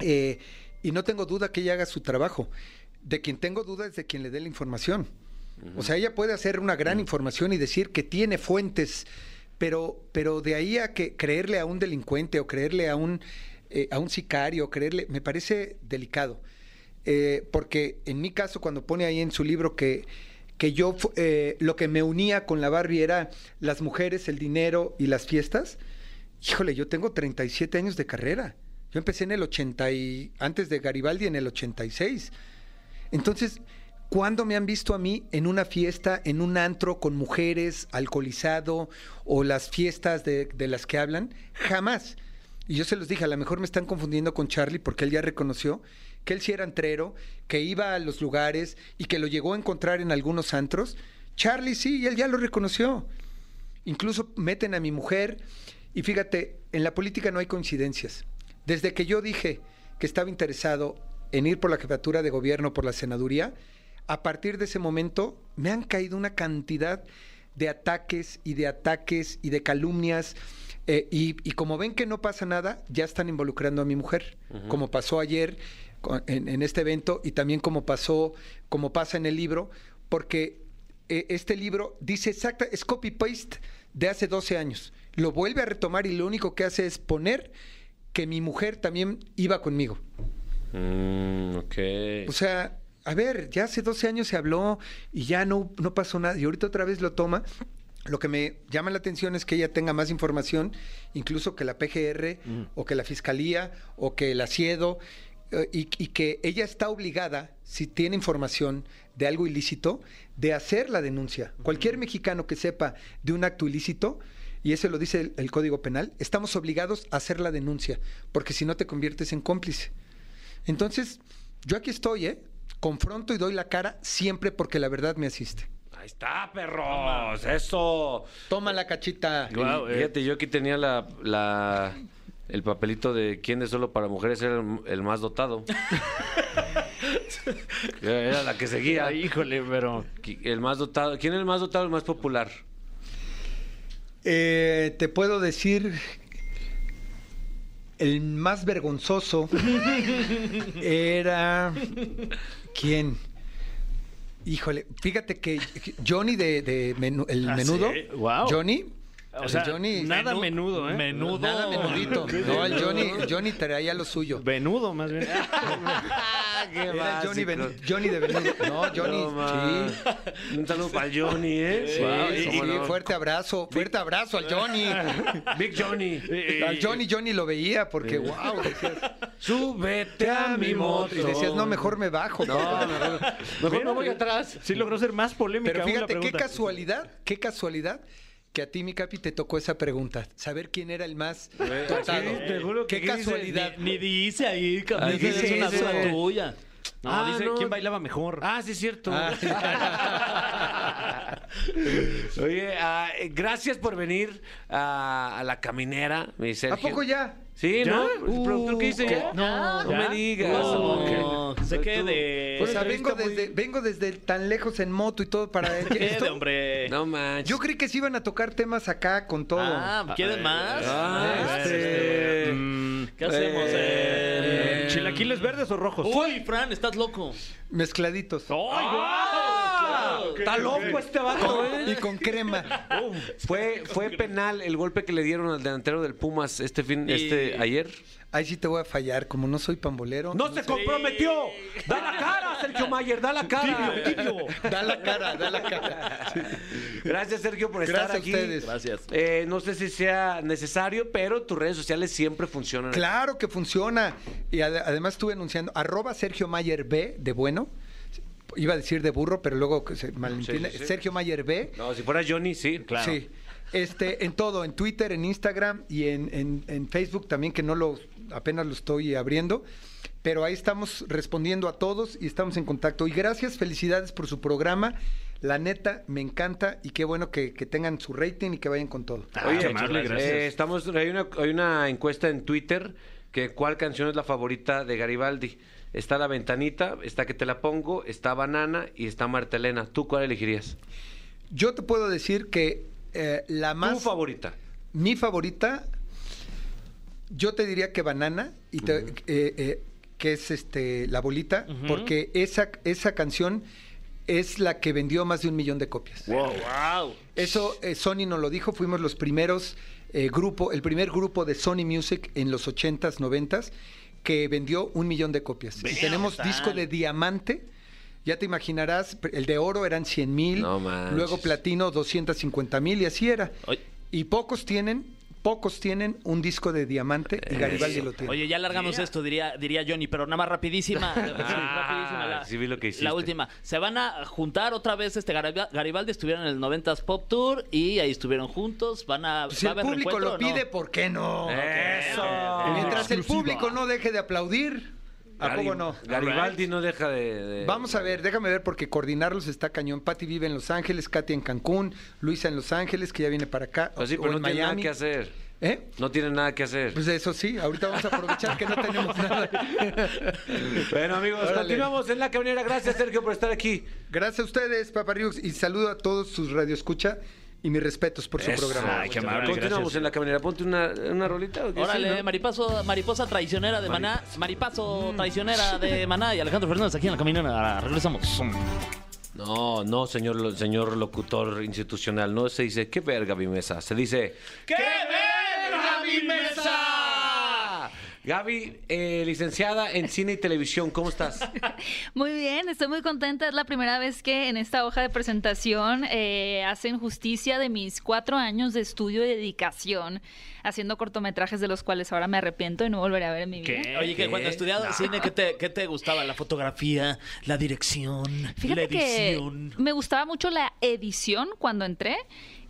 Eh, y no tengo duda que ella haga su trabajo. De quien tengo duda es de quien le dé la información. O sea, ella puede hacer una gran información y decir que tiene fuentes, pero, pero de ahí a que creerle a un delincuente o creerle a un, eh, a un sicario, creerle, me parece delicado. Eh, porque en mi caso, cuando pone ahí en su libro que, que yo fu- eh, lo que me unía con la Barbie era las mujeres, el dinero y las fiestas, híjole, yo tengo 37 años de carrera. Yo empecé en el 80 y antes de Garibaldi en el 86. Entonces, ¿cuándo me han visto a mí en una fiesta, en un antro con mujeres, alcoholizado o las fiestas de, de las que hablan? Jamás. Y yo se los dije, a lo mejor me están confundiendo con Charlie porque él ya reconoció que él sí era antrero, que iba a los lugares y que lo llegó a encontrar en algunos antros. Charlie sí, y él ya lo reconoció. Incluso meten a mi mujer. Y fíjate, en la política no hay coincidencias. Desde que yo dije que estaba interesado en ir por la jefatura de gobierno, por la senaduría, a partir de ese momento me han caído una cantidad de ataques y de ataques y de calumnias. Eh, y, y como ven que no pasa nada, ya están involucrando a mi mujer, como pasó ayer con- en, en este evento y también como pasó, como pasa en el libro, porque eh, este libro dice exacta, es copy-paste de hace 12 años. Lo vuelve a retomar y lo único que hace es poner que mi mujer también iba conmigo. Mm, ok. O sea, a ver, ya hace 12 años se habló y ya no, no pasó nada. Y ahorita otra vez lo toma. Lo que me llama la atención es que ella tenga más información, incluso que la PGR o que la Fiscalía o que el Asiedo, eh, y, y que ella está obligada, si tiene información de algo ilícito, de hacer la denuncia. Cualquier mexicano que sepa de un acto ilícito, y eso lo dice el- el Código Penal, estamos obligados a hacer la denuncia, porque si no te conviertes en cómplice. Entonces, yo aquí estoy, ¿eh? Confronto y doy la cara siempre porque la verdad me asiste. Ahí está, perros. Eso. Toma la cachita. Y Guau, eh. Fíjate, yo aquí tenía la, la- el papelito de quién de solo para mujeres era el, el más dotado. era la que seguía. Híjole, pero. Qui- El más dotado. ¿Quién es el más dotado, el más popular? Eh, te puedo decir el más vergonzoso era quién. Híjole, fíjate que Johnny de, de Menu- el Ah, menudo, sí, guau. Johnny, O el sea, Johnny, nada menudo, ¿eh? Menudo. nada menudito, no, el Johnny, el Johnny traía lo suyo. Venudo, más bien. Era el Johnny, Venu- Johnny de Menudo, no, Johnny, No, sí. man. Un saludo para el Johnny, ¿eh? Sí, Guau, y- sí, cómo no. fuerte abrazo, fuerte abrazo al Johnny. Big Johnny. Al Johnny, Johnny lo veía porque, wow, decías, Súbete a mi moto. Y decías, no, mejor me bajo. No, no, no. Mejor me voy atrás. Sí logró ser más polémica Pero aún la fíjate qué pregunta. casualidad, qué casualidad que a ti, mi capi, te tocó esa pregunta. Saber quién era el más Eh, dotado. sí, te juro que Qué aquí dice, casualidad. Ni dice ahí, cabrón. Ahí Es dice una eso. duda tuya. No, Ah, dice no. quién bailaba mejor. Ah, sí, es cierto. Ah, Oye, ah, eh, gracias por venir a, a la caminera, mi ¿A Sergio. poco ya? Sí, ¿Ya? ¿no? ¿El productor qué dice? Uh, ya? No, no me digas. No, Ok. se Tú- quede. O sea, vengo desde, vengo desde tan lejos en moto y todo para Quede, esto. hombre. No manches. Yo creí que se iban a tocar temas acá con todo. Ah, ¿quieren más? Ah, Ah, este. Mm, ¿Qué hacemos? Eh, Eh, ¿Chilaquiles verdes o rojos? Uy, Fran, estás loco. Mezcladitos. ¡Ay, ¡Ah! guau! Está loco este vato, ¿eh? Y con crema. Fue, fue penal el golpe que le dieron al delantero del Pumas este fin, Y- este ayer. Ahí sí te voy a fallar, como no soy pambolero. ¡No se comprometió! ¡Da la cara, Sergio Mayer! ¡Da la cara! Da la cara, da la cara. Sí. Gracias, Sergio, por estar Gracias a aquí. ustedes. Gracias. Eh, no sé si sea necesario, pero tus redes sociales siempre funcionan. Claro que funciona. Y ade- además estuve anunciando, arroba Sergio Mayer B de bueno. Iba a decir de burro, pero luego que se malentiende. Sí, sí, sí. Sergio Mayer B. No, si fuera Johnny, sí, claro. Sí. Este, en todo, en Twitter, en Instagram y en, en- en Facebook también, que no lo, apenas lo estoy abriendo. Pero ahí estamos respondiendo a todos y estamos en contacto. Y gracias, felicidades por su programa. La neta, me encanta y qué bueno que, que tengan su rating y que vayan con todo. Ah, qué amable, gracias. eh, estamos, hay, una, hay una encuesta en Twitter que cuál canción es la favorita de Garibaldi. Está La Ventanita, está Que Te La Pongo, está Banana y está Marta Elena. ¿Tú cuál elegirías? Yo te puedo decir que eh, la más... Tu favorita. Mi favorita, yo te diría que banana, y te- eh, eh, que es este la bolita, porque esa, esa canción es la que vendió más de un millón de copias. Wow. Eso eh, Sony nos lo dijo, fuimos los primeros eh, grupo, el primer grupo de Sony Music en los 80s, 90s, que vendió un millón de copias. Vean y tenemos qué tal. disco de diamante. Ya te imaginarás, el de oro eran 100 mil, No manches. luego platino 250 mil y así era. Oye. Y pocos tienen, pocos tienen un disco de diamante y Garibaldi Eso. lo tiene. Oye, ya largamos esto, diría, diría Johnny, pero nada más rapidísima. Sí, rapidísima, la, Ah, sí vi lo que hiciste. la última. Se van a juntar otra vez, este Gariba- Garibaldi estuvieron en el 90s Pop Tour y ahí estuvieron juntos. Van a, Pues ¿va a el haber público reencuentro lo o no? pide, pues, ¿por qué no? Eh, ¡Eso! Oh, Mientras el Exclusiva. público no deje de aplaudir, ¿a poco Gari- no? Garibaldi no deja de... de- Vamos a ver, déjame ver porque coordinarlos está cañón. Patti vive en Los Ángeles, Katy en Cancún, Luisa en Los Ángeles, que ya viene para acá. Pues sí, o pero no en tiene nada Miami. que hacer. ¿Eh? No tiene nada que hacer. Pues eso sí, ahorita vamos a aprovechar que no tenemos nada. bueno, amigos, Órale. continuamos en La Caminera. Gracias, Sergio, por estar aquí. Gracias a ustedes, Papa Ríos, y saludo a todos sus radioescucha y mis respetos por su Eso. programa. Ay, qué amable, Continuamos gracias. en La Caminera. Ponte una, una rolita. ¿o qué? Órale, Sí, ¿no? maripaso, mariposa traicionera de Maná, maripaso Mm. traicionera de Maná y Alejandro Fernández aquí en la caminera. Regresamos. No, no, señor, lo- señor locutor institucional. No se dice, qué verga mi mesa. Se dice, qué verga mi mesa. Gaby, eh, licenciada en cine y televisión, ¿cómo estás? Muy bien, estoy muy contenta. Es la primera vez que en esta hoja de presentación eh, hacen justicia de mis cuatro años de estudio y dedicación haciendo cortometrajes de los cuales ahora me arrepiento y no volveré a ver en mi vida. Oye, que cuando estudiaba cine, ¿qué te, qué te gustaba? ¿La fotografía? ¿La dirección? ¿La Fíjate que edición? me gustaba mucho la edición cuando entré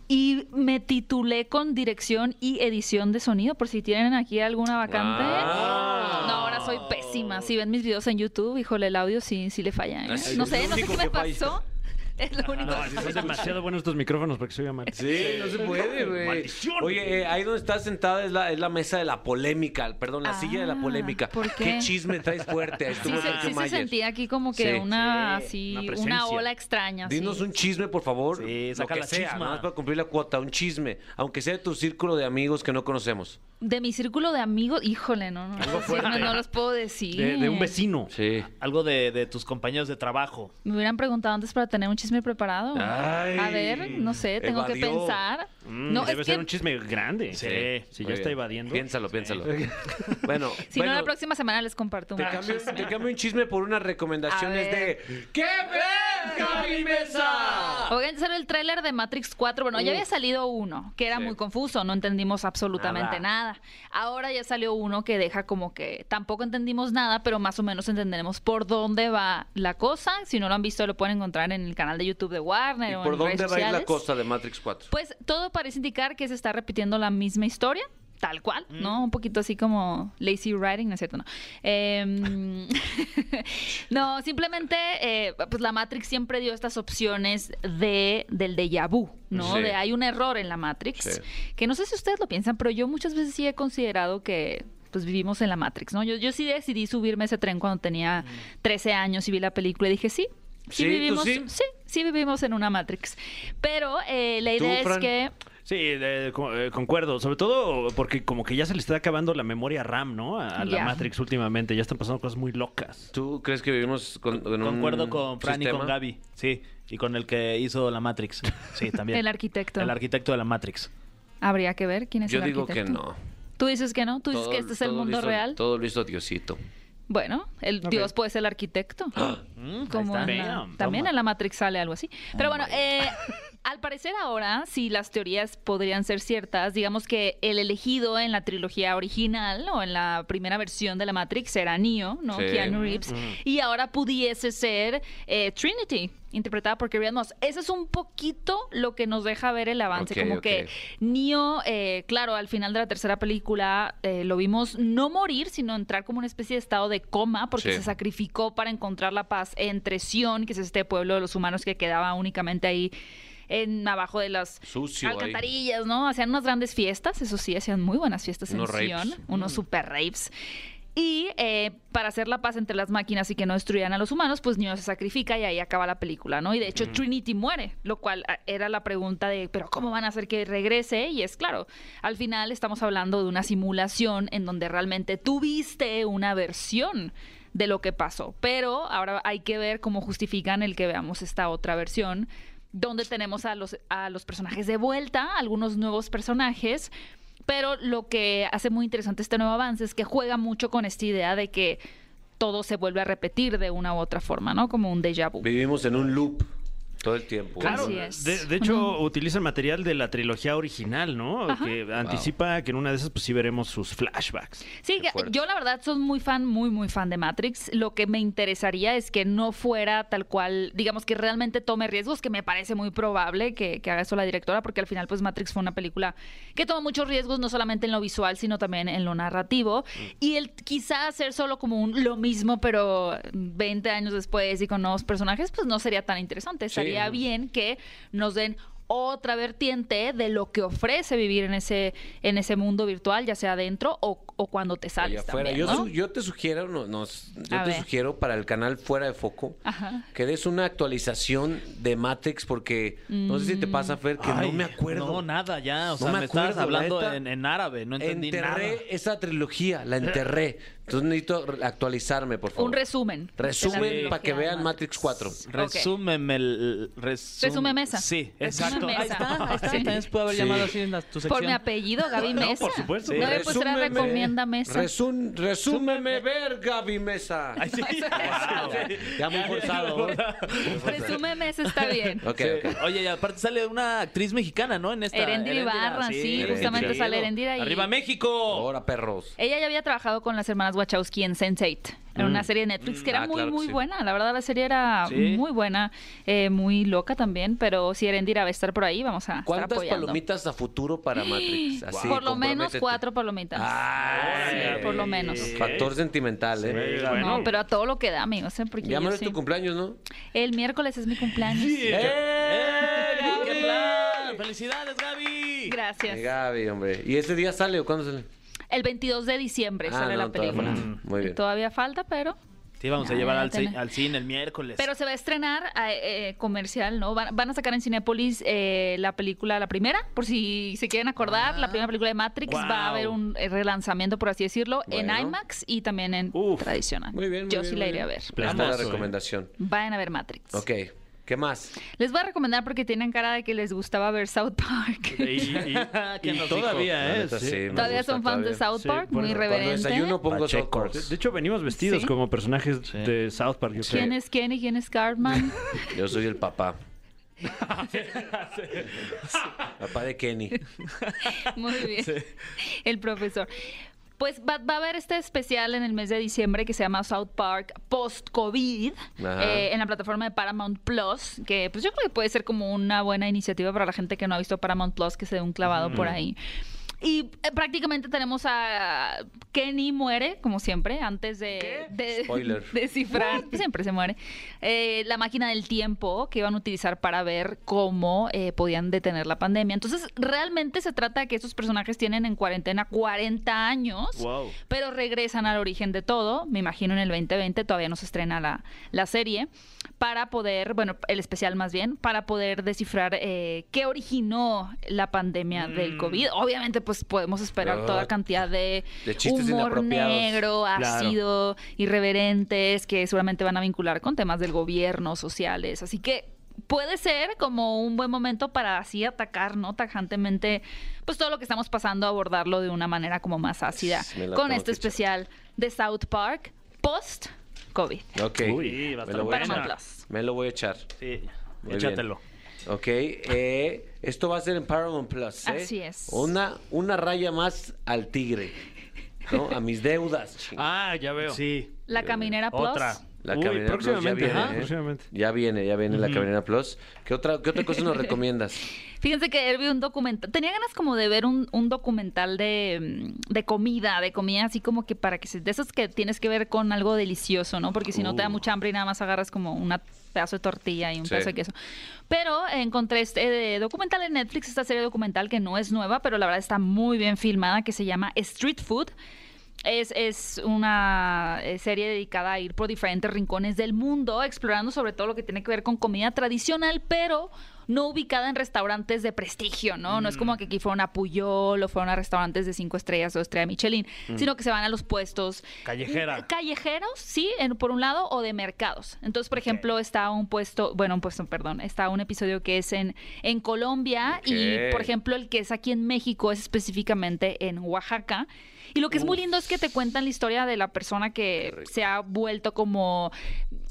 y me titulé con dirección y edición de sonido por si tienen aquí alguna vacante. Wow. No, ahora soy pésima. Si ven mis videos en YouTube, híjole, el audio sí, sí le falla. ¿eh? Ah, sí, No es sé, lo no sé único qué me que falla. Ah, pasó. Es lo Ah, único. que Son demasiado buenos estos micrófonos para que se oiga mal. Sí, no se puede, güey. Maldición. Oye, eh, ahí donde estás sentada es la, es la mesa de la polémica, perdón, la Ah, silla de la polémica. ¿por qué? chisme traes fuerte? Ahí Sí, estuvo se, Sergio sí se Mayer. sentía aquí como que Sí. una Sí, una así, presencia. una ola extraña. sí. Dinos un chisme, por favor. Sí, lo saca que la sea, chisma. nada más para cumplir la cuota, un chisme, aunque sea de tu círculo de amigos que no conocemos. De mi círculo de amigos, híjole, no, no, Algo sí, fuerte. no, no los puedo decir. De, de un vecino. Sí. Algo de, de tus compañeros de trabajo. Me hubieran preguntado antes para tener un chisme preparado. Ay. a ver, no sé, tengo que Evadió. pensar. Mm, no, debe es ser que un chisme grande. Sí. Si Muy ya está bien. evadiendo. Piénsalo, piénsalo. Bueno, si bueno, no, la próxima semana les comparto un te cambio, te cambio un chisme por unas recomendaciones A ver. de ¡Qué verga mi mesa! Oigan, salió el tráiler de Matrix 4. Bueno, ya había salido uno, que era Sí. muy confuso, no entendimos absolutamente Nada. nada. nada. Ahora ya salió uno que deja como que tampoco entendimos nada, pero más o menos entenderemos por dónde va la cosa. Si no lo han visto, lo pueden encontrar en el canal de YouTube de Warner ¿Y o por en redes dónde va a ir la sociales. cosa de Matrix 4? Pues todo parece indicar que se está repitiendo la misma historia. Tal cual, Mm. ¿no? Un poquito así como lazy writing, ¿no es cierto? No, Em, no simplemente, eh, pues la Matrix siempre dio estas opciones de, del déjà vu, ¿no? Sí. De hay un error en la Matrix, Sí. que no sé si ustedes lo piensan, pero yo muchas veces sí he considerado que pues vivimos en la Matrix, ¿no? Yo, yo sí decidí subirme a ese tren cuando tenía 13 años y vi la película y dije, sí, sí, Mm. Sí, ¿tú vivimos, sí? sí, sí vivimos en una Matrix. Pero eh, la idea es Fran? que... Sí, de- co- eh, concuerdo. Sobre todo porque como que ya se le está acabando la memoria RAM, ¿no? A, a la Ya. Matrix últimamente. Ya están pasando cosas muy locas. ¿Tú crees que vivimos con, con un Concuerdo con Fran y con sistema? Gaby, sí. Y con el que hizo la Matrix. Sí, también. El arquitecto. El arquitecto de la Matrix. Habría que ver quién es Yo el digo que arquitecto. no. Tú dices que no, tú dices Todo- que este es el todo lo mundo hizo- real. Todo lo hizo Diosito. Bueno, el Dios puede ser el arquitecto. Mm, Como ahí en está. la- Damn, también toma. en la Matrix sale algo así. Pero bueno, eh, al parecer ahora, si las teorías podrían ser ciertas, digamos que el elegido en la trilogía original o en la primera versión de la Matrix era Neo, ¿no? Sí. Keanu Reeves. Y ahora pudiese ser eh, Trinity, interpretada por Carrie Ann Moss. Ese es un poquito lo que nos deja ver el avance. Ok, como ok. que Neo, eh, claro, al final de la tercera película eh, lo vimos no morir, sino entrar como una especie de estado de coma porque Sí. se sacrificó para encontrar la paz entre Sion, que es este pueblo de los humanos que quedaba únicamente ahí en abajo de las Sucio ahí. alcantarillas, ¿no? Hacían unas grandes fiestas, eso sí, hacían muy buenas fiestas en Unos rapes. Mm. Sion, unos super rapes. Y eh, para hacer la paz entre las máquinas y que no destruyan a los humanos, pues Neo se sacrifica y ahí acaba la película, ¿no? Y de hecho Trinity muere, lo cual ah, era la pregunta de, pero ¿cómo van a hacer que regrese? Y es claro, al final estamos hablando de una simulación en donde realmente tuviste una versión de lo que pasó, pero ahora hay que ver cómo justifican el que veamos esta otra versión, donde tenemos a los, a los personajes de vuelta, algunos nuevos personajes. Pero lo que hace muy interesante este nuevo avance es que juega mucho con esta idea de que todo se vuelve a repetir de una u otra forma, ¿no? Como un déjà vu. Vivimos en un loop todo el tiempo. Claro. Ujú. Así es. De, de hecho, utiliza el material de la trilogía original, ¿no? Que anticipa que en una de esas, pues sí veremos sus flashbacks. Sí, que- fuerte. yo la verdad soy muy fan, muy, muy fan de Matrix. Lo que me interesaría es que no fuera tal cual, digamos que realmente tome riesgos, que me parece muy probable que, que haga eso la directora, porque al final pues Matrix fue una película que tomó muchos riesgos, no solamente en lo visual, sino también en lo narrativo. Y el quizá hacer solo como un lo mismo, pero 20 años después y con nuevos personajes, pues no sería tan interesante. Estaría bien que nos den otra vertiente de lo que ofrece vivir en ese, en ese mundo virtual, ya sea dentro o, o cuando te Allá sales. afuera. también, yo, ¿no? su- yo te sugiero, no, nos- yo A te ver. sugiero para el canal Fuera de Foco Ajá. que des una actualización de Matrix porque no sé si te pasa, Fer, que Ay, no me acuerdo. No, nada, ya. O No sea, me, me estabas acuerdo, la hablando neta. en, en árabe, no entendí enterré nada. esa trilogía, la enterré. Entonces necesito re- actualizarme, por favor. Un resumen. de Resumen la para que trilogía de vean Matrix 4. Resúmeme el. resum- Resume mesa. Sí, Resume exacto. mesa. Ahí está, ahí está. Sí. También se puede haber Sí. llamado así en la- tu sección. Por mi apellido, Gaby Mesa. por supuesto. No le Resúmeme- pusiera pues, recomienda Mesa. Resun- resúmeme ver, Gaby Mesa. Ay, sí. Wow. Ya muy forzado. ¿eh? Muy forzado. Resume Mesa está bien. Ok, Sí. ok. Oye, y aparte sale una actriz mexicana, ¿no? En esta. Erendira Ibarra, sí, justamente Erendira. sale Erendira y- ¡Arriba México! Ahora, perros. Ella ya había trabajado con las hermanas Wachowski en Sense8. Era una serie de Netflix que era Ah, muy, claro que muy sí. buena. La verdad, la serie era Sí. muy buena, eh, muy loca también. Pero si Erendira va a estar por ahí, vamos a estar ¿Cuántas apoyando. palomitas a futuro para Matrix? Así, por lo menos comprométete. cuatro palomitas. Ay, Sí, por lo menos. Factor sentimental, ¿eh? Sí, bueno. No, pero a todo lo que da, amigos. ¿eh? Porque Ya yo menos sí- tu cumpleaños, ¿no? El miércoles es mi cumpleaños. ¡Eh, ¡Eh, ¡Qué plan! ¡Felicidades, Gaby! Gracias. Gaby! Eh, Gaby, hombre. ¿Y ese día sale o cuándo sale? El 22 de diciembre Ah, sale no, la todavía película. falta. Muy bien. Todavía falta, pero. Te íbamos a Ya, llevar ya al, ci- tenés. al cine el miércoles. Pero se va a estrenar eh, eh, comercial, ¿no? Van, van a sacar en Cinépolis eh, la película, la primera, por si se quieren acordar, Ah. la primera película de Matrix. Va a Wow. haber un eh, relanzamiento, por así decirlo, en Bueno. IMAX y también en Uf. tradicional. Muy bien, muy Ah, Yo bien, sí la muy iré a bien. ver. Ahí está la Planazo, ¿eh? recomendación. Vayan a ver Matrix. Ok. ¿Qué más? Les voy a recomendar porque tienen cara de que les gustaba ver South Park. Y, y- ¿Quién y nos dijo? todavía, La ¿eh? neta, Sí. sí, me Todavía gusta son fans de todavía. South Sí, Park, por muy eso. Cuando irreverente. desayuno pues, pongo South Pacheco. Park. De, de hecho, venimos vestidos Sí. como personajes de South Park. yo creo. ¿Quién es Ken y quién es Cartman? Yo soy el papá. Papá de Kenny. Muy bien. El profesor. Pues va, va a haber este especial en el mes de diciembre que se llama South Park Post COVID Ajá. eh, en la plataforma de Paramount Plus, que pues yo creo que puede ser como una buena iniciativa para la gente que no ha visto Paramount Plus que se dé un clavado Mm. por ahí. Y eh, prácticamente tenemos a Kenny muere, como siempre, antes de, de- Spoiler. descifrar. Siempre se muere. Eh, la máquina del tiempo que iban a utilizar para ver cómo eh, podían detener la pandemia. Entonces, realmente se trata de que estos personajes tienen en cuarentena 40 años. Wow. Pero regresan al origen de todo, me imagino en el 2020, todavía no se estrena la, la serie, para poder, bueno, el especial más bien, para poder descifrar eh, qué originó la pandemia Mm. del COVID. Obviamente, pues podemos esperar Ah, toda cantidad de, de chistes humor inapropiados. negro, Claro. ácido, irreverentes, que seguramente van a vincular con temas del gobierno, sociales. Así que puede ser como un buen momento para así atacar, ¿no? Tajantemente, pues todo lo que estamos pasando, abordarlo de una manera como más ácida. Me la Con tengo que este echar. especial de South Park, post-COVID. Ok. Uy, va a me, estar lo voy a buena. echar. me lo voy a echar. Sí, Muy bien. échatelo. Ok. eh, esto va a ser en Paramount Plus. ¿eh? Así es. Una, una raya más al tigre. ¿no? A mis deudas. ching. Ah, ya veo. Sí. La Caminera Plus. Otra. La Uy, Caminera Plus ya próximamente, viene, ajá, ¿eh? próximamente. Ya viene, ya viene la Caminera Plus. ¿Qué otra, ¿Qué otra cosa nos recomiendas? Fíjense que él vio un documental. Tenía ganas como de ver un, un documental de, mm, de comida, de comida así como que para que se. De esos que tienes que ver con algo delicioso, ¿no? Porque si no te da Uh. mucha hambre y nada más agarras como un pedazo de tortilla y un Sí. pedazo de queso. Pero encontré este eh, documental en Netflix, esta serie documental que no es nueva, pero la verdad está muy bien filmada, que se llama Street Food. Es, es una eh, serie dedicada a ir por diferentes rincones del mundo, explorando sobre todo lo que tiene que ver con comida tradicional, pero no ubicada en restaurantes de prestigio, ¿no? No es como que aquí fueron a Puyol o fueron a restaurantes de cinco estrellas o estrella Michelin, sino que se van a los puestos Callejera. Eh, callejeros, sí, en- por un lado, o de mercados. Entonces, por ejemplo, está un puesto, bueno, un puesto, perdón, está un episodio que es en, en Colombia y, Ok. por ejemplo, el que es aquí en México es específicamente en Oaxaca. Y lo que es muy lindo es que te cuentan la historia de la persona que se ha vuelto como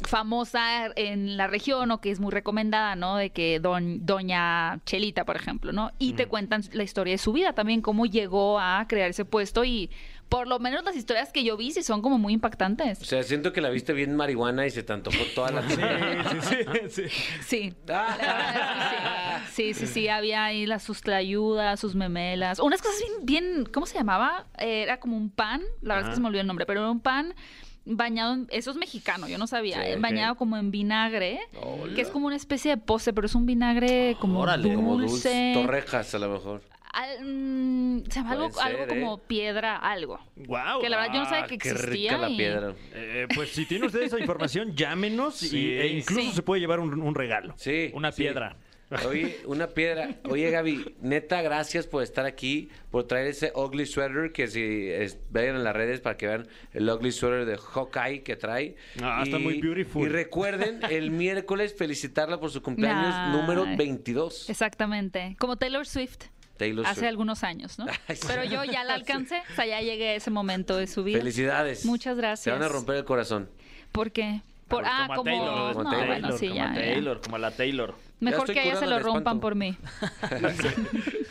famosa en la región o que es muy recomendada, ¿no? De que don, doña Chelita, por ejemplo, ¿no? Y te cuentan la historia de su vida también, cómo llegó a crear ese puesto y por lo menos las historias que yo vi sí son como muy O impactantes. sea, siento que la viste bien marihuana y se te antojó toda la Sí, sí, sí, sí. Sí. Ah. La verdad es que sí. sí, sí, sí, había ahí las sus tlayudas, sus memelas, unas cosas bien, bien, ¿cómo se llamaba? Eh, era como un pan, la verdad es que se me olvidó el nombre, pero era un pan bañado, en- eso es mexicano, yo no sabía, Sí, eh, ok. bañado como en vinagre, que es como una especie de postre, pero es un vinagre como dulce. Como dulce. Torrejas, a lo mejor. Al- mm, se llama algo, Puede ser, algo como ¿eh? piedra, algo. Wow. Que la verdad yo no sabía Ah, que qué existía. rica la y- piedra. Eh, pues si tiene usted esa información, llámenos y- Sí. e incluso Sí. se puede llevar un, un regalo. Sí. Una sí. piedra. Oye, una piedra. Oye, Gaby, neta, gracias por estar aquí, por traer ese ugly sweater que si es- vayan en las redes para que vean el ugly sweater de Hawkeye que trae. Ah, está muy beautiful. Y recuerden el miércoles felicitarla por su cumpleaños Nah. número 22. Exactamente. Como Taylor Swift. Taylor hace Swift. algunos años, ¿no? Ay, sí. Pero yo ya la alcancé, o sea, ya llegué a ese momento de su vida. Felicidades. Muchas Te gracias. van a romper el corazón. ¿Por qué? Por, ah, como... a Taylor, como no, Taylor, bueno, sí, como ya, a ya. Taylor, como a la Taylor. Mejor estoy que a ella se curando lo el rompan espanto. por mí.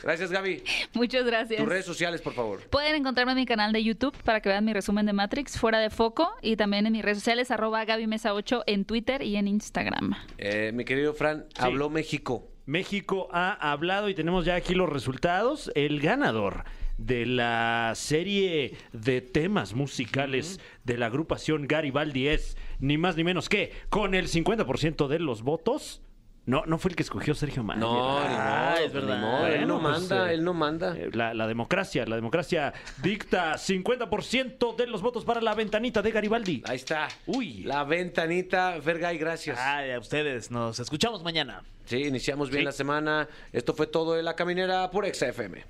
Gracias, Gaby. Muchas gracias. Tus redes sociales, por favor. Pueden encontrarme en mi canal de YouTube para que vean mi resumen de Matrix, Fuera de Foco, y también en mis redes sociales, arroba Gaby Mesa 8 en Twitter y en Instagram. Eh, mi querido Fran, habló México. México ha hablado y tenemos ya aquí los resultados. El ganador de la serie de temas musicales de la agrupación Garibaldi es ni más ni menos que con el 50% de los votos. No, no fue el que escogió Sergio Mayer. No, ni Ah, modo, es pues, ni verdad. modo. él no Bueno, pues, manda, eh, él no manda. Eh, La, la democracia, la democracia dicta 50% de los votos para la ventanita de Garibaldi. Ahí está. Uy. Ah. La ventanita, Fergay, gracias. Ay, a ustedes. Nos escuchamos mañana. Sí, iniciamos bien la semana. Esto fue todo de La Caminera por XFM.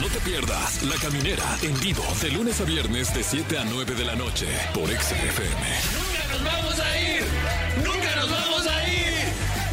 No te pierdas La Caminera en vivo de lunes a viernes de 7 a 9 de la noche por XFM. Nunca nos vamos a ir. Nunca nos vamos a ir.